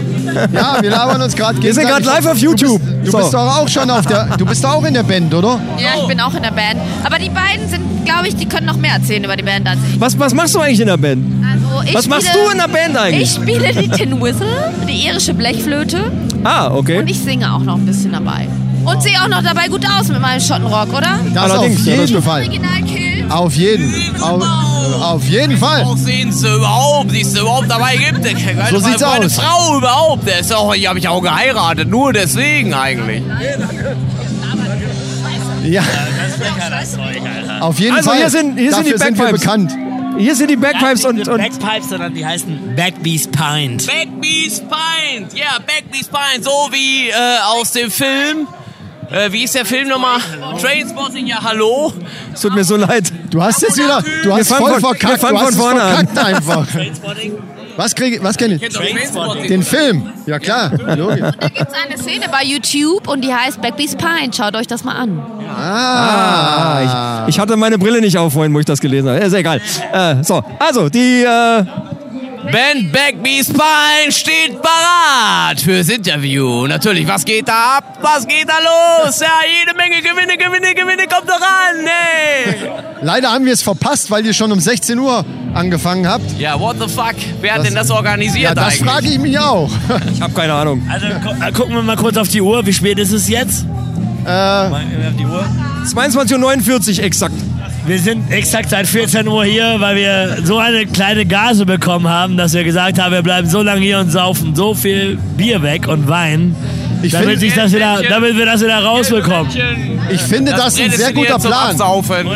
Speaker 2: Ja, wir labern uns gerade
Speaker 1: Wir sind gerade
Speaker 2: gegenseitig-
Speaker 1: live auf YouTube.
Speaker 2: Du bist,
Speaker 1: So.
Speaker 2: du bist doch auch schon auf der. Du bist doch auch in der Band, oder?
Speaker 20: Ja, ich bin auch in der Band. Aber die beiden sind, glaube ich, die können noch mehr erzählen über die Band als ich.
Speaker 1: Was, was machst du eigentlich in der Band?
Speaker 20: Also, ich
Speaker 1: Was machst du in der Band eigentlich?
Speaker 20: Ich spiele die Tin Whistle, die irische Blechflöte.
Speaker 1: Ah, okay.
Speaker 20: Und ich singe auch noch ein bisschen dabei. Und sehe auch noch dabei gut aus mit meinem Schottenrock, oder?
Speaker 2: Das auf jeden Fall.
Speaker 20: Original Kill.
Speaker 2: Auf jeden. Auf, auf jeden Fall.
Speaker 7: Aussehen sie überhaupt, die es überhaupt dabei gibt.
Speaker 2: So sieht's
Speaker 7: meine
Speaker 2: aus.
Speaker 7: Frau überhaupt, der ist auch, die habe ich auch geheiratet, nur deswegen eigentlich.
Speaker 2: Ja. Auf jeden
Speaker 1: also
Speaker 2: Fall.
Speaker 1: Hier sind, hier sind
Speaker 2: Dafür
Speaker 1: die
Speaker 2: sind wir
Speaker 1: Backpipes.
Speaker 2: bekannt.
Speaker 1: Hier sind die Backpipes
Speaker 10: Ja,
Speaker 1: und,
Speaker 10: nicht
Speaker 1: und
Speaker 10: die Backpipes, sondern die heißen Backbees Pint.
Speaker 7: Backbees Pint, ja, yeah, Backbees Pint, so wie äh, aus dem Film. Äh, wie ist der Film nochmal? Trainspotting, ja, hallo.
Speaker 1: Es tut mir so leid.
Speaker 2: Du hast jetzt wieder. Du hast voll verkackt.
Speaker 1: Wir fangen
Speaker 2: du
Speaker 1: von
Speaker 2: hast es
Speaker 1: vorne an.
Speaker 2: verkackt einfach. Was kriege Was kenne ich?
Speaker 20: Trainspotting.
Speaker 2: Den Film. Ja klar. Logisch.
Speaker 20: Gibt es eine Szene bei YouTube und die heißt Backbees Pine. Schaut euch das mal an.
Speaker 1: Ah, ich, ich hatte meine Brille nicht auf vorhin, wo ich das gelesen habe. Ist egal. Äh, so, also die. Äh,
Speaker 7: Ben Backbees Pint steht parat fürs Interview. Natürlich, was geht da ab? Was geht da los? Ja, jede Menge Gewinne, Gewinne, Gewinne, kommt doch ran, ey!
Speaker 2: Leider haben wir es verpasst, weil ihr schon um 16 Uhr angefangen habt.
Speaker 7: Ja, what the fuck? Wer hat denn das organisiert
Speaker 2: Ja, das
Speaker 7: eigentlich?
Speaker 2: frage ich mich auch.
Speaker 1: Ich habe keine Ahnung.
Speaker 10: Also gu äh, gucken wir mal kurz auf die Uhr. Wie spät ist es jetzt?
Speaker 2: Äh,
Speaker 10: Mal, äh, auf die Uhr.
Speaker 1: 22.49 Uhr exakt.
Speaker 10: Wir sind exakt seit 14 Uhr hier, weil wir so eine kleine Gase bekommen haben, dass wir gesagt haben, wir bleiben so lange hier und saufen so viel Bier weg und Wein,
Speaker 30: Ich
Speaker 10: damit,
Speaker 30: find-
Speaker 10: sich das wieder, damit wir das wieder rausbekommen.
Speaker 30: Ich finde Das das ein redest sehr du dir guter zum Plan. Absaufen.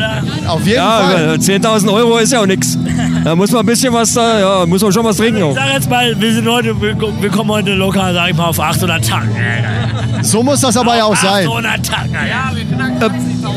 Speaker 1: Auf jeden Fall. 10.000 äh, Euro ist ja auch nichts. Da muss man ein bisschen was, da, ja, muss man schon was trinken.
Speaker 10: Ich
Speaker 1: Auch.
Speaker 10: sag jetzt mal, wir, sind heute, wir kommen heute locker, sag ich mal, auf 800 Tacken.
Speaker 1: So muss das aber ja auch sein.
Speaker 10: 800 Tacken, ja.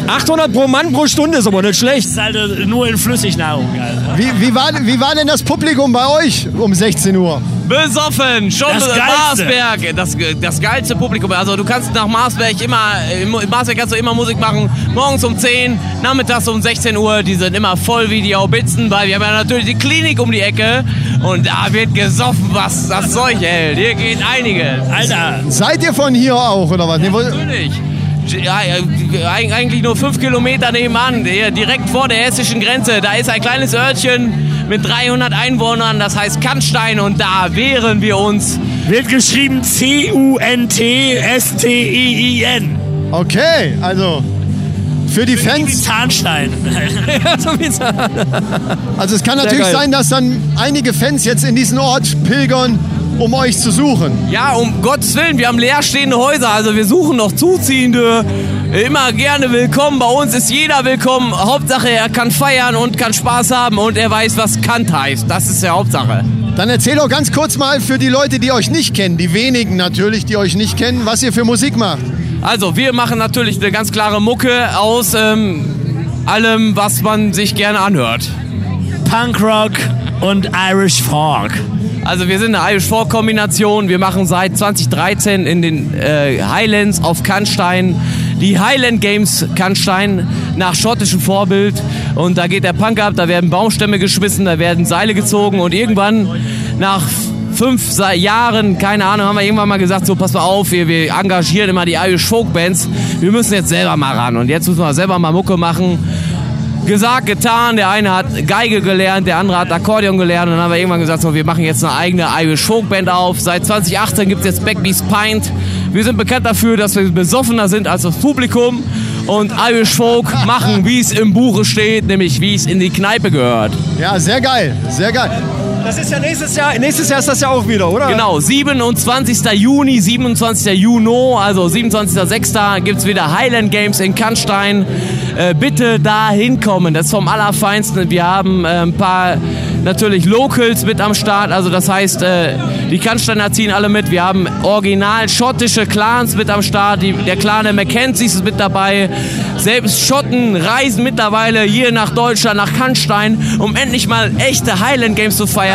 Speaker 1: 800 Ähm, pro Mann pro Stunde ist aber nicht schlecht.
Speaker 10: Das ist halt nur in Flüssignahrung. Alter.
Speaker 2: Wie, wie, war, wie war denn das Publikum bei euch um 16 Uhr?
Speaker 7: Besoffen, schon
Speaker 2: Das
Speaker 7: das
Speaker 2: Geilste.
Speaker 7: Marsberg, das, das geilste Publikum. Also du kannst nach Marsberg immer, im Marsberg kannst du immer Musik machen. Morgens um 10, nachmittags um 16 Uhr, die sind immer voll wie die Aubitzen, weil wir haben ja natürlich die Klinik um die Ecke und da wird gesoffen, was das Zeug hält. Hier geht einiges. Alter.
Speaker 2: Seid ihr von hier auch oder was? Nee, wo,
Speaker 7: Natürlich. Ja, ja, eig- eigentlich nur fünf Kilometer nebenan, hier direkt vor der hessischen Grenze. Da ist ein kleines Örtchen mit 300 Einwohnern, das heißt Kannstein, und da wehren wir uns.
Speaker 10: Wird geschrieben C-U-N-T-S-T-E-I-N.
Speaker 2: Okay, also für die Fans. Wie
Speaker 10: Zahnstein.
Speaker 2: also es kann
Speaker 7: Sehr
Speaker 2: natürlich
Speaker 7: geil.
Speaker 2: sein, dass dann einige Fans jetzt in diesen Ort pilgern, um euch zu suchen.
Speaker 7: Ja, um Gottes Willen, wir haben leerstehende Häuser, also wir suchen noch Zuziehende. Immer gerne willkommen, bei uns ist jeder willkommen. Hauptsache, er kann feiern und kann Spaß haben und er weiß, was Kant heißt. Das ist ja Hauptsache.
Speaker 2: Dann erzähl doch ganz kurz mal für die Leute, die euch nicht kennen, die wenigen natürlich, die euch nicht kennen, was ihr für Musik macht.
Speaker 7: Also, wir machen natürlich eine ganz klare Mucke aus ähm, allem, was man sich gerne anhört.
Speaker 10: Punkrock und Irish Folk.
Speaker 7: Also wir sind eine Irish Folk Kombination. Wir machen seit 2013 in den äh, Highlands auf Kannstein die Highland Games Kannstein nach schottischem Vorbild. Und da geht der Punk ab, da werden Baumstämme geschmissen, da werden Seile gezogen und irgendwann nach fünf Sa- Jahren, keine Ahnung, haben wir irgendwann mal gesagt, so pass mal auf, wir, wir engagieren immer die Irish Folk Bands. Wir müssen jetzt selber mal ran und jetzt müssen wir selber mal Mucke machen. Gesagt, getan. Der eine hat Geige gelernt, der andere hat Akkordeon gelernt. Und dann haben wir irgendwann gesagt, so, wir machen jetzt eine eigene Irish Folk Band auf. Seit 2018 gibt es jetzt Backbeats Pint. Wir sind bekannt dafür, dass wir besoffener sind als das Publikum. Und Irish Folk machen, wie es im Buche steht, nämlich wie es in die Kneipe gehört.
Speaker 2: Ja, sehr geil, sehr geil.
Speaker 1: Das ist ja nächstes Jahr, nächstes Jahr ist das ja auch wieder, oder?
Speaker 7: Genau, 27. Juni, 27. Juni, also 27.06. gibt es wieder Highland Games in Kannstein. Äh, bitte da hinkommen, das ist vom Allerfeinsten. Wir haben äh, ein paar natürlich Locals mit am Start, also das heißt, äh, die Kannsteiner ziehen alle mit. Wir haben original schottische Clans mit am Start, die, der Clan der Mackenzies ist mit dabei. Selbst Schotten reisen mittlerweile hier nach Deutschland, nach Kannstein, um endlich mal echte Highland Games zu feiern.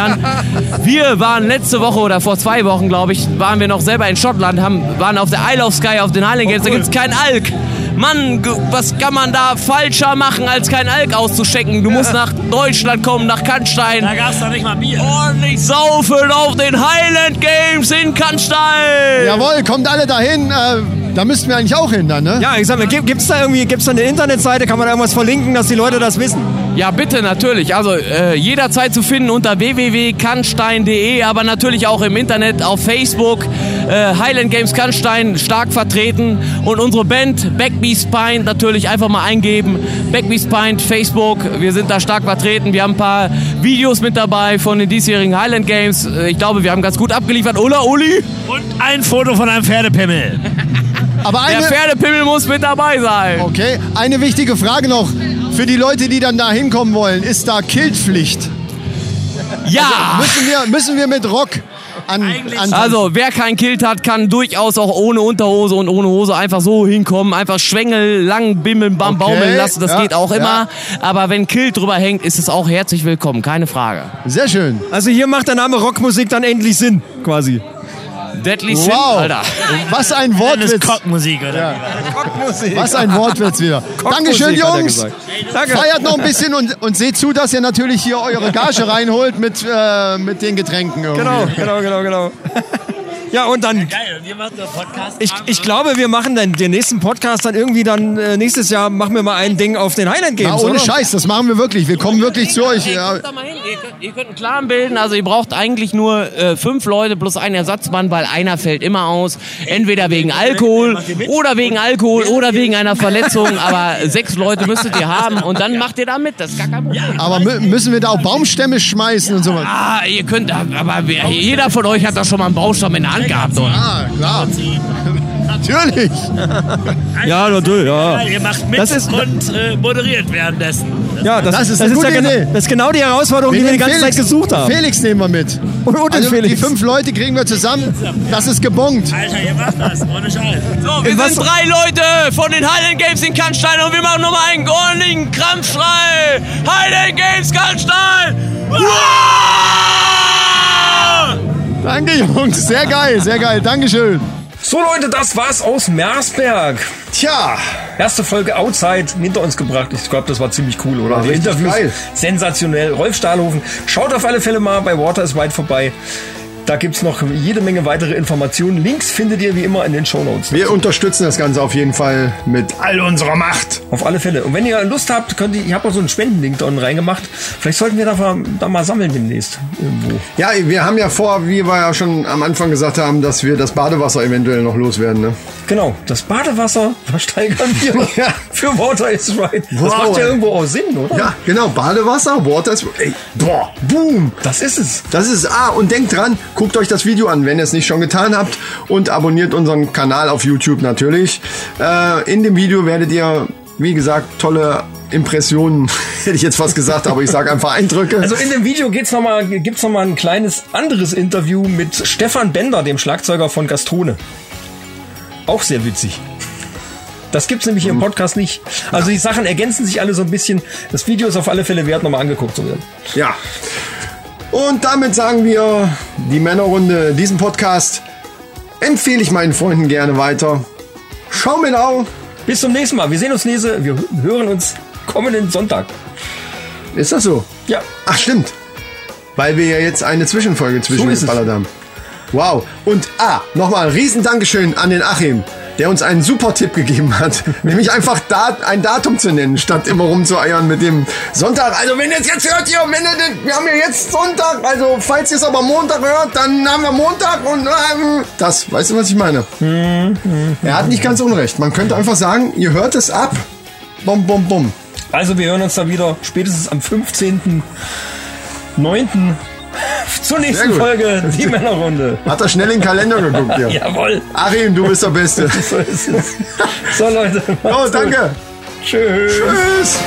Speaker 7: Wir waren letzte Woche oder vor zwei Wochen, glaube ich, waren wir noch selber in Schottland, haben, waren auf der Isle of Skye auf den Highland
Speaker 10: Oh,
Speaker 7: Games. Da gibt es keinen Alk. Mann, ge- was kann man da falscher machen, als keinen Alk auszuschecken? Du musst nach Deutschland kommen, nach Kannstein.
Speaker 10: Da gab's doch nicht mal Bier.
Speaker 7: Ordentlich saufen auf den Highland Games in Kannstein.
Speaker 2: Jawohl, kommt alle dahin. Äh, da müssten wir eigentlich auch hin, dann, ne?
Speaker 1: Ja, ich sag mal, gibt es da irgendwie, gibt's da eine Internetseite, kann man da irgendwas verlinken, dass die Leute das wissen?
Speaker 7: Ja, bitte, natürlich. Also äh, jederzeit zu finden unter www.kannstein.de, aber natürlich auch im Internet, auf Facebook. Äh, Highland Games Kannstein stark vertreten. Und unsere Band Backbeats Pint natürlich einfach mal eingeben. Backbeats Pint, Facebook. Wir sind da stark vertreten. Wir haben ein paar Videos mit dabei von den diesjährigen Highland Games. Äh, Ich glaube, wir haben ganz gut abgeliefert. Oder, Uli?
Speaker 10: Und ein Foto von einem Pferdepimmel.
Speaker 2: Aber
Speaker 7: Der Pferdepimmel muss mit dabei sein.
Speaker 2: Okay, eine wichtige Frage noch für die Leute, die dann da hinkommen wollen. Ist da Kiltpflicht?
Speaker 7: Ja!
Speaker 2: Also müssen, wir, müssen wir mit Rock an... an
Speaker 7: Also, wer keinen Kilt hat, kann durchaus auch ohne Unterhose und ohne Hose einfach so hinkommen. Einfach Schwengel, lang bimmeln, bam,
Speaker 2: Okay,
Speaker 7: baumeln lassen. Das
Speaker 2: ja,
Speaker 7: geht auch
Speaker 2: ja.
Speaker 7: immer. Aber wenn Kilt drüber hängt, ist es auch herzlich willkommen. Keine Frage.
Speaker 2: Sehr schön.
Speaker 1: Also hier macht der Name Rockmusik dann endlich Sinn, quasi.
Speaker 7: Deadly Sin,
Speaker 2: wow,
Speaker 7: Alter.
Speaker 2: was ein Wortwitz.
Speaker 10: Rockmusik, oder?
Speaker 2: Was ein Wortwitz wieder.
Speaker 1: Cockmusik,
Speaker 2: Dankeschön,
Speaker 1: hat er
Speaker 2: Jungs.
Speaker 1: gesagt. Danke.
Speaker 2: Feiert noch ein bisschen und, und seht zu, dass ihr natürlich hier eure Gage reinholt mit, äh, mit den Getränken. Irgendwie.
Speaker 1: Genau, genau, genau, genau.
Speaker 9: genau, Ja, und dann
Speaker 10: Geil, wir machen so einen Podcast.
Speaker 9: Ich, ich glaube, wir machen dann den nächsten Podcast dann irgendwie dann äh, nächstes Jahr machen wir mal ein Ding auf den Highland Games.
Speaker 2: Na, ohne
Speaker 9: oder?
Speaker 2: Scheiß, das machen wir wirklich. Wir kommen wirklich zu euch. Ja.
Speaker 7: Kommt da mal hin. Ihr könnt, ihr könnt einen Clan bilden, also ihr braucht eigentlich nur äh, fünf Leute plus einen Ersatzmann, weil einer fällt immer aus. Entweder wegen Alkohol oder wegen Alkohol oder wegen einer Verletzung, aber sechs Leute müsstet ihr haben und dann macht ihr da mit. Das ist gar kein Problem.
Speaker 2: Aber mü müssen wir da auch Baumstämme schmeißen und sowas?
Speaker 7: Ah, ihr könnt, aber wer- jeder von euch hat da schon mal einen Baustamm in der Hand gehabt, oder?
Speaker 2: Ah, klar. Natürlich.
Speaker 9: Ja, natürlich, ja.
Speaker 10: Ihr macht mit
Speaker 9: Das ist-
Speaker 10: und äh, moderiert währenddessen.
Speaker 9: Ja, das, das ist ja genau- das ist genau die Herausforderung,
Speaker 2: Wir
Speaker 9: die wir die
Speaker 2: nehmen
Speaker 9: ganze
Speaker 2: Felix-
Speaker 9: Zeit gesucht haben.
Speaker 2: Felix nehmen wir mit. Also,
Speaker 9: Und, und den Felix.
Speaker 2: Die fünf Leute kriegen wir zusammen. Das ist gebongt.
Speaker 10: Alter, ihr macht das, ohne Scheiß.
Speaker 7: So, wir sind
Speaker 2: Im Wasser-
Speaker 7: drei Leute von den Highland Games in Kannstein und wir machen nochmal einen ordentlichen Krampfschrei. Highland Games Kannstein!
Speaker 2: Danke, Jungs. Sehr geil, sehr geil. Dankeschön.
Speaker 1: So Leute, das war's aus Mersberg.
Speaker 2: Tja.
Speaker 1: Erste Folge Outside hinter uns gebracht. Ich glaube, das war ziemlich cool, oder? Die Interviews sensationell. Rolf Stahlhofen. Schaut auf alle Fälle mal bei Water is Wide vorbei. Da gibt's noch jede Menge weitere Informationen. Links findet ihr wie immer in den Shownotes.
Speaker 2: Wir unterstützen das Ganze auf jeden Fall mit all unserer Macht.
Speaker 1: Auf alle Fälle. Und wenn ihr Lust habt, könnt ihr, ich habe auch so einen Spendending da unten reingemacht. Vielleicht sollten wir da mal, da mal sammeln demnächst. Irgendwo.
Speaker 2: Ja, wir haben ja vor, wie wir ja schon am Anfang gesagt haben, dass wir das Badewasser eventuell noch loswerden. Ne?
Speaker 1: Genau, das Badewasser versteigern wir für Water is Right. Das
Speaker 2: Wow,
Speaker 1: macht ja
Speaker 2: ey.
Speaker 1: irgendwo auch Sinn, oder?
Speaker 2: Ja, genau. Badewasser, Water is. Ey, boah, boom.
Speaker 1: Das ist es.
Speaker 2: Das ist es. Ah, und denkt dran, guckt euch das Video an, wenn ihr es nicht schon getan habt. Und abonniert unseren Kanal auf YouTube natürlich. Äh, in dem Video werdet ihr, wie gesagt, tolle Impressionen, hätte ich jetzt fast gesagt, aber ich sage einfach Eindrücke.
Speaker 1: Also in dem Video geht's noch mal, gibt's nochmal ein kleines anderes Interview mit Stefan Bender, dem Schlagzeuger von Gastone. Auch sehr witzig. Das gibt's nämlich hier im Podcast nicht. Also die Sachen ergänzen sich alle so ein bisschen. Das Video ist auf alle Fälle wert, nochmal angeguckt zu werden.
Speaker 2: Ja. Und damit sagen wir die Männerrunde, diesen Podcast empfehle ich meinen Freunden gerne weiter. Schau mir da.
Speaker 1: Bis zum nächsten Mal. Wir sehen uns nächste, wir hören uns kommenden Sonntag.
Speaker 2: Ist das so?
Speaker 1: Ja.
Speaker 2: Ach stimmt. Weil wir ja jetzt eine Zwischenfolge zwischengeballert haben. Wow. Und ah, nochmal ein riesen Dankeschön an den Achim, der uns einen super Tipp gegeben hat. nämlich einfach Dat ein Datum zu nennen, statt immer rumzueiern mit dem Sonntag. Also wenn ihr es jetzt hört, ihr, wenn ihr den, wir haben ja jetzt Sonntag. Also falls ihr es aber Montag hört, dann haben wir Montag und ähm, das. Weißt du, was ich meine?
Speaker 1: Hm,
Speaker 2: Er hat nicht ganz unrecht. Man könnte einfach sagen, ihr hört es ab. Bum, bum, bum.
Speaker 1: Also wir hören uns dann wieder spätestens am 15.09. zur
Speaker 2: Sehr
Speaker 1: nächsten
Speaker 2: gut.
Speaker 1: Folge die Männerrunde.
Speaker 2: Hat er schnell in den Kalender geguckt, ja.
Speaker 1: Jawohl.
Speaker 2: Achim, du bist der Beste.
Speaker 1: so ist es. So Leute.
Speaker 2: Oh,
Speaker 1: macht's gut.
Speaker 2: danke.
Speaker 1: Tschüss.
Speaker 2: Tschüss.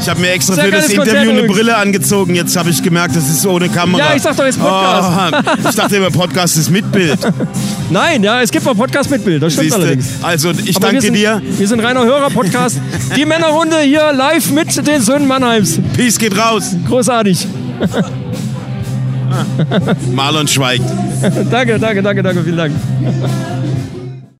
Speaker 29: Ich habe mir extra
Speaker 2: Sehr
Speaker 29: für das
Speaker 2: geiles Konzert
Speaker 29: Interview eine
Speaker 2: übrigens.
Speaker 29: Brille angezogen. Jetzt habe ich gemerkt, das ist ohne Kamera.
Speaker 9: Ja, ich sag doch jetzt Podcast.
Speaker 29: Oh, ich dachte immer, Podcast ist mit Bild.
Speaker 9: Nein, ja, es gibt auch Podcast mit Bild, das stimmt
Speaker 29: Siehste.
Speaker 9: allerdings.
Speaker 29: Also ich
Speaker 9: Aber
Speaker 29: danke
Speaker 9: wir sind,
Speaker 29: dir.
Speaker 9: Wir sind reiner Hörer-Podcast. Die Männerrunde hier live mit den Söhnen Mannheims.
Speaker 29: Peace geht raus.
Speaker 9: Großartig.
Speaker 29: Marlon schweigt.
Speaker 9: danke, danke, danke, danke, vielen Dank.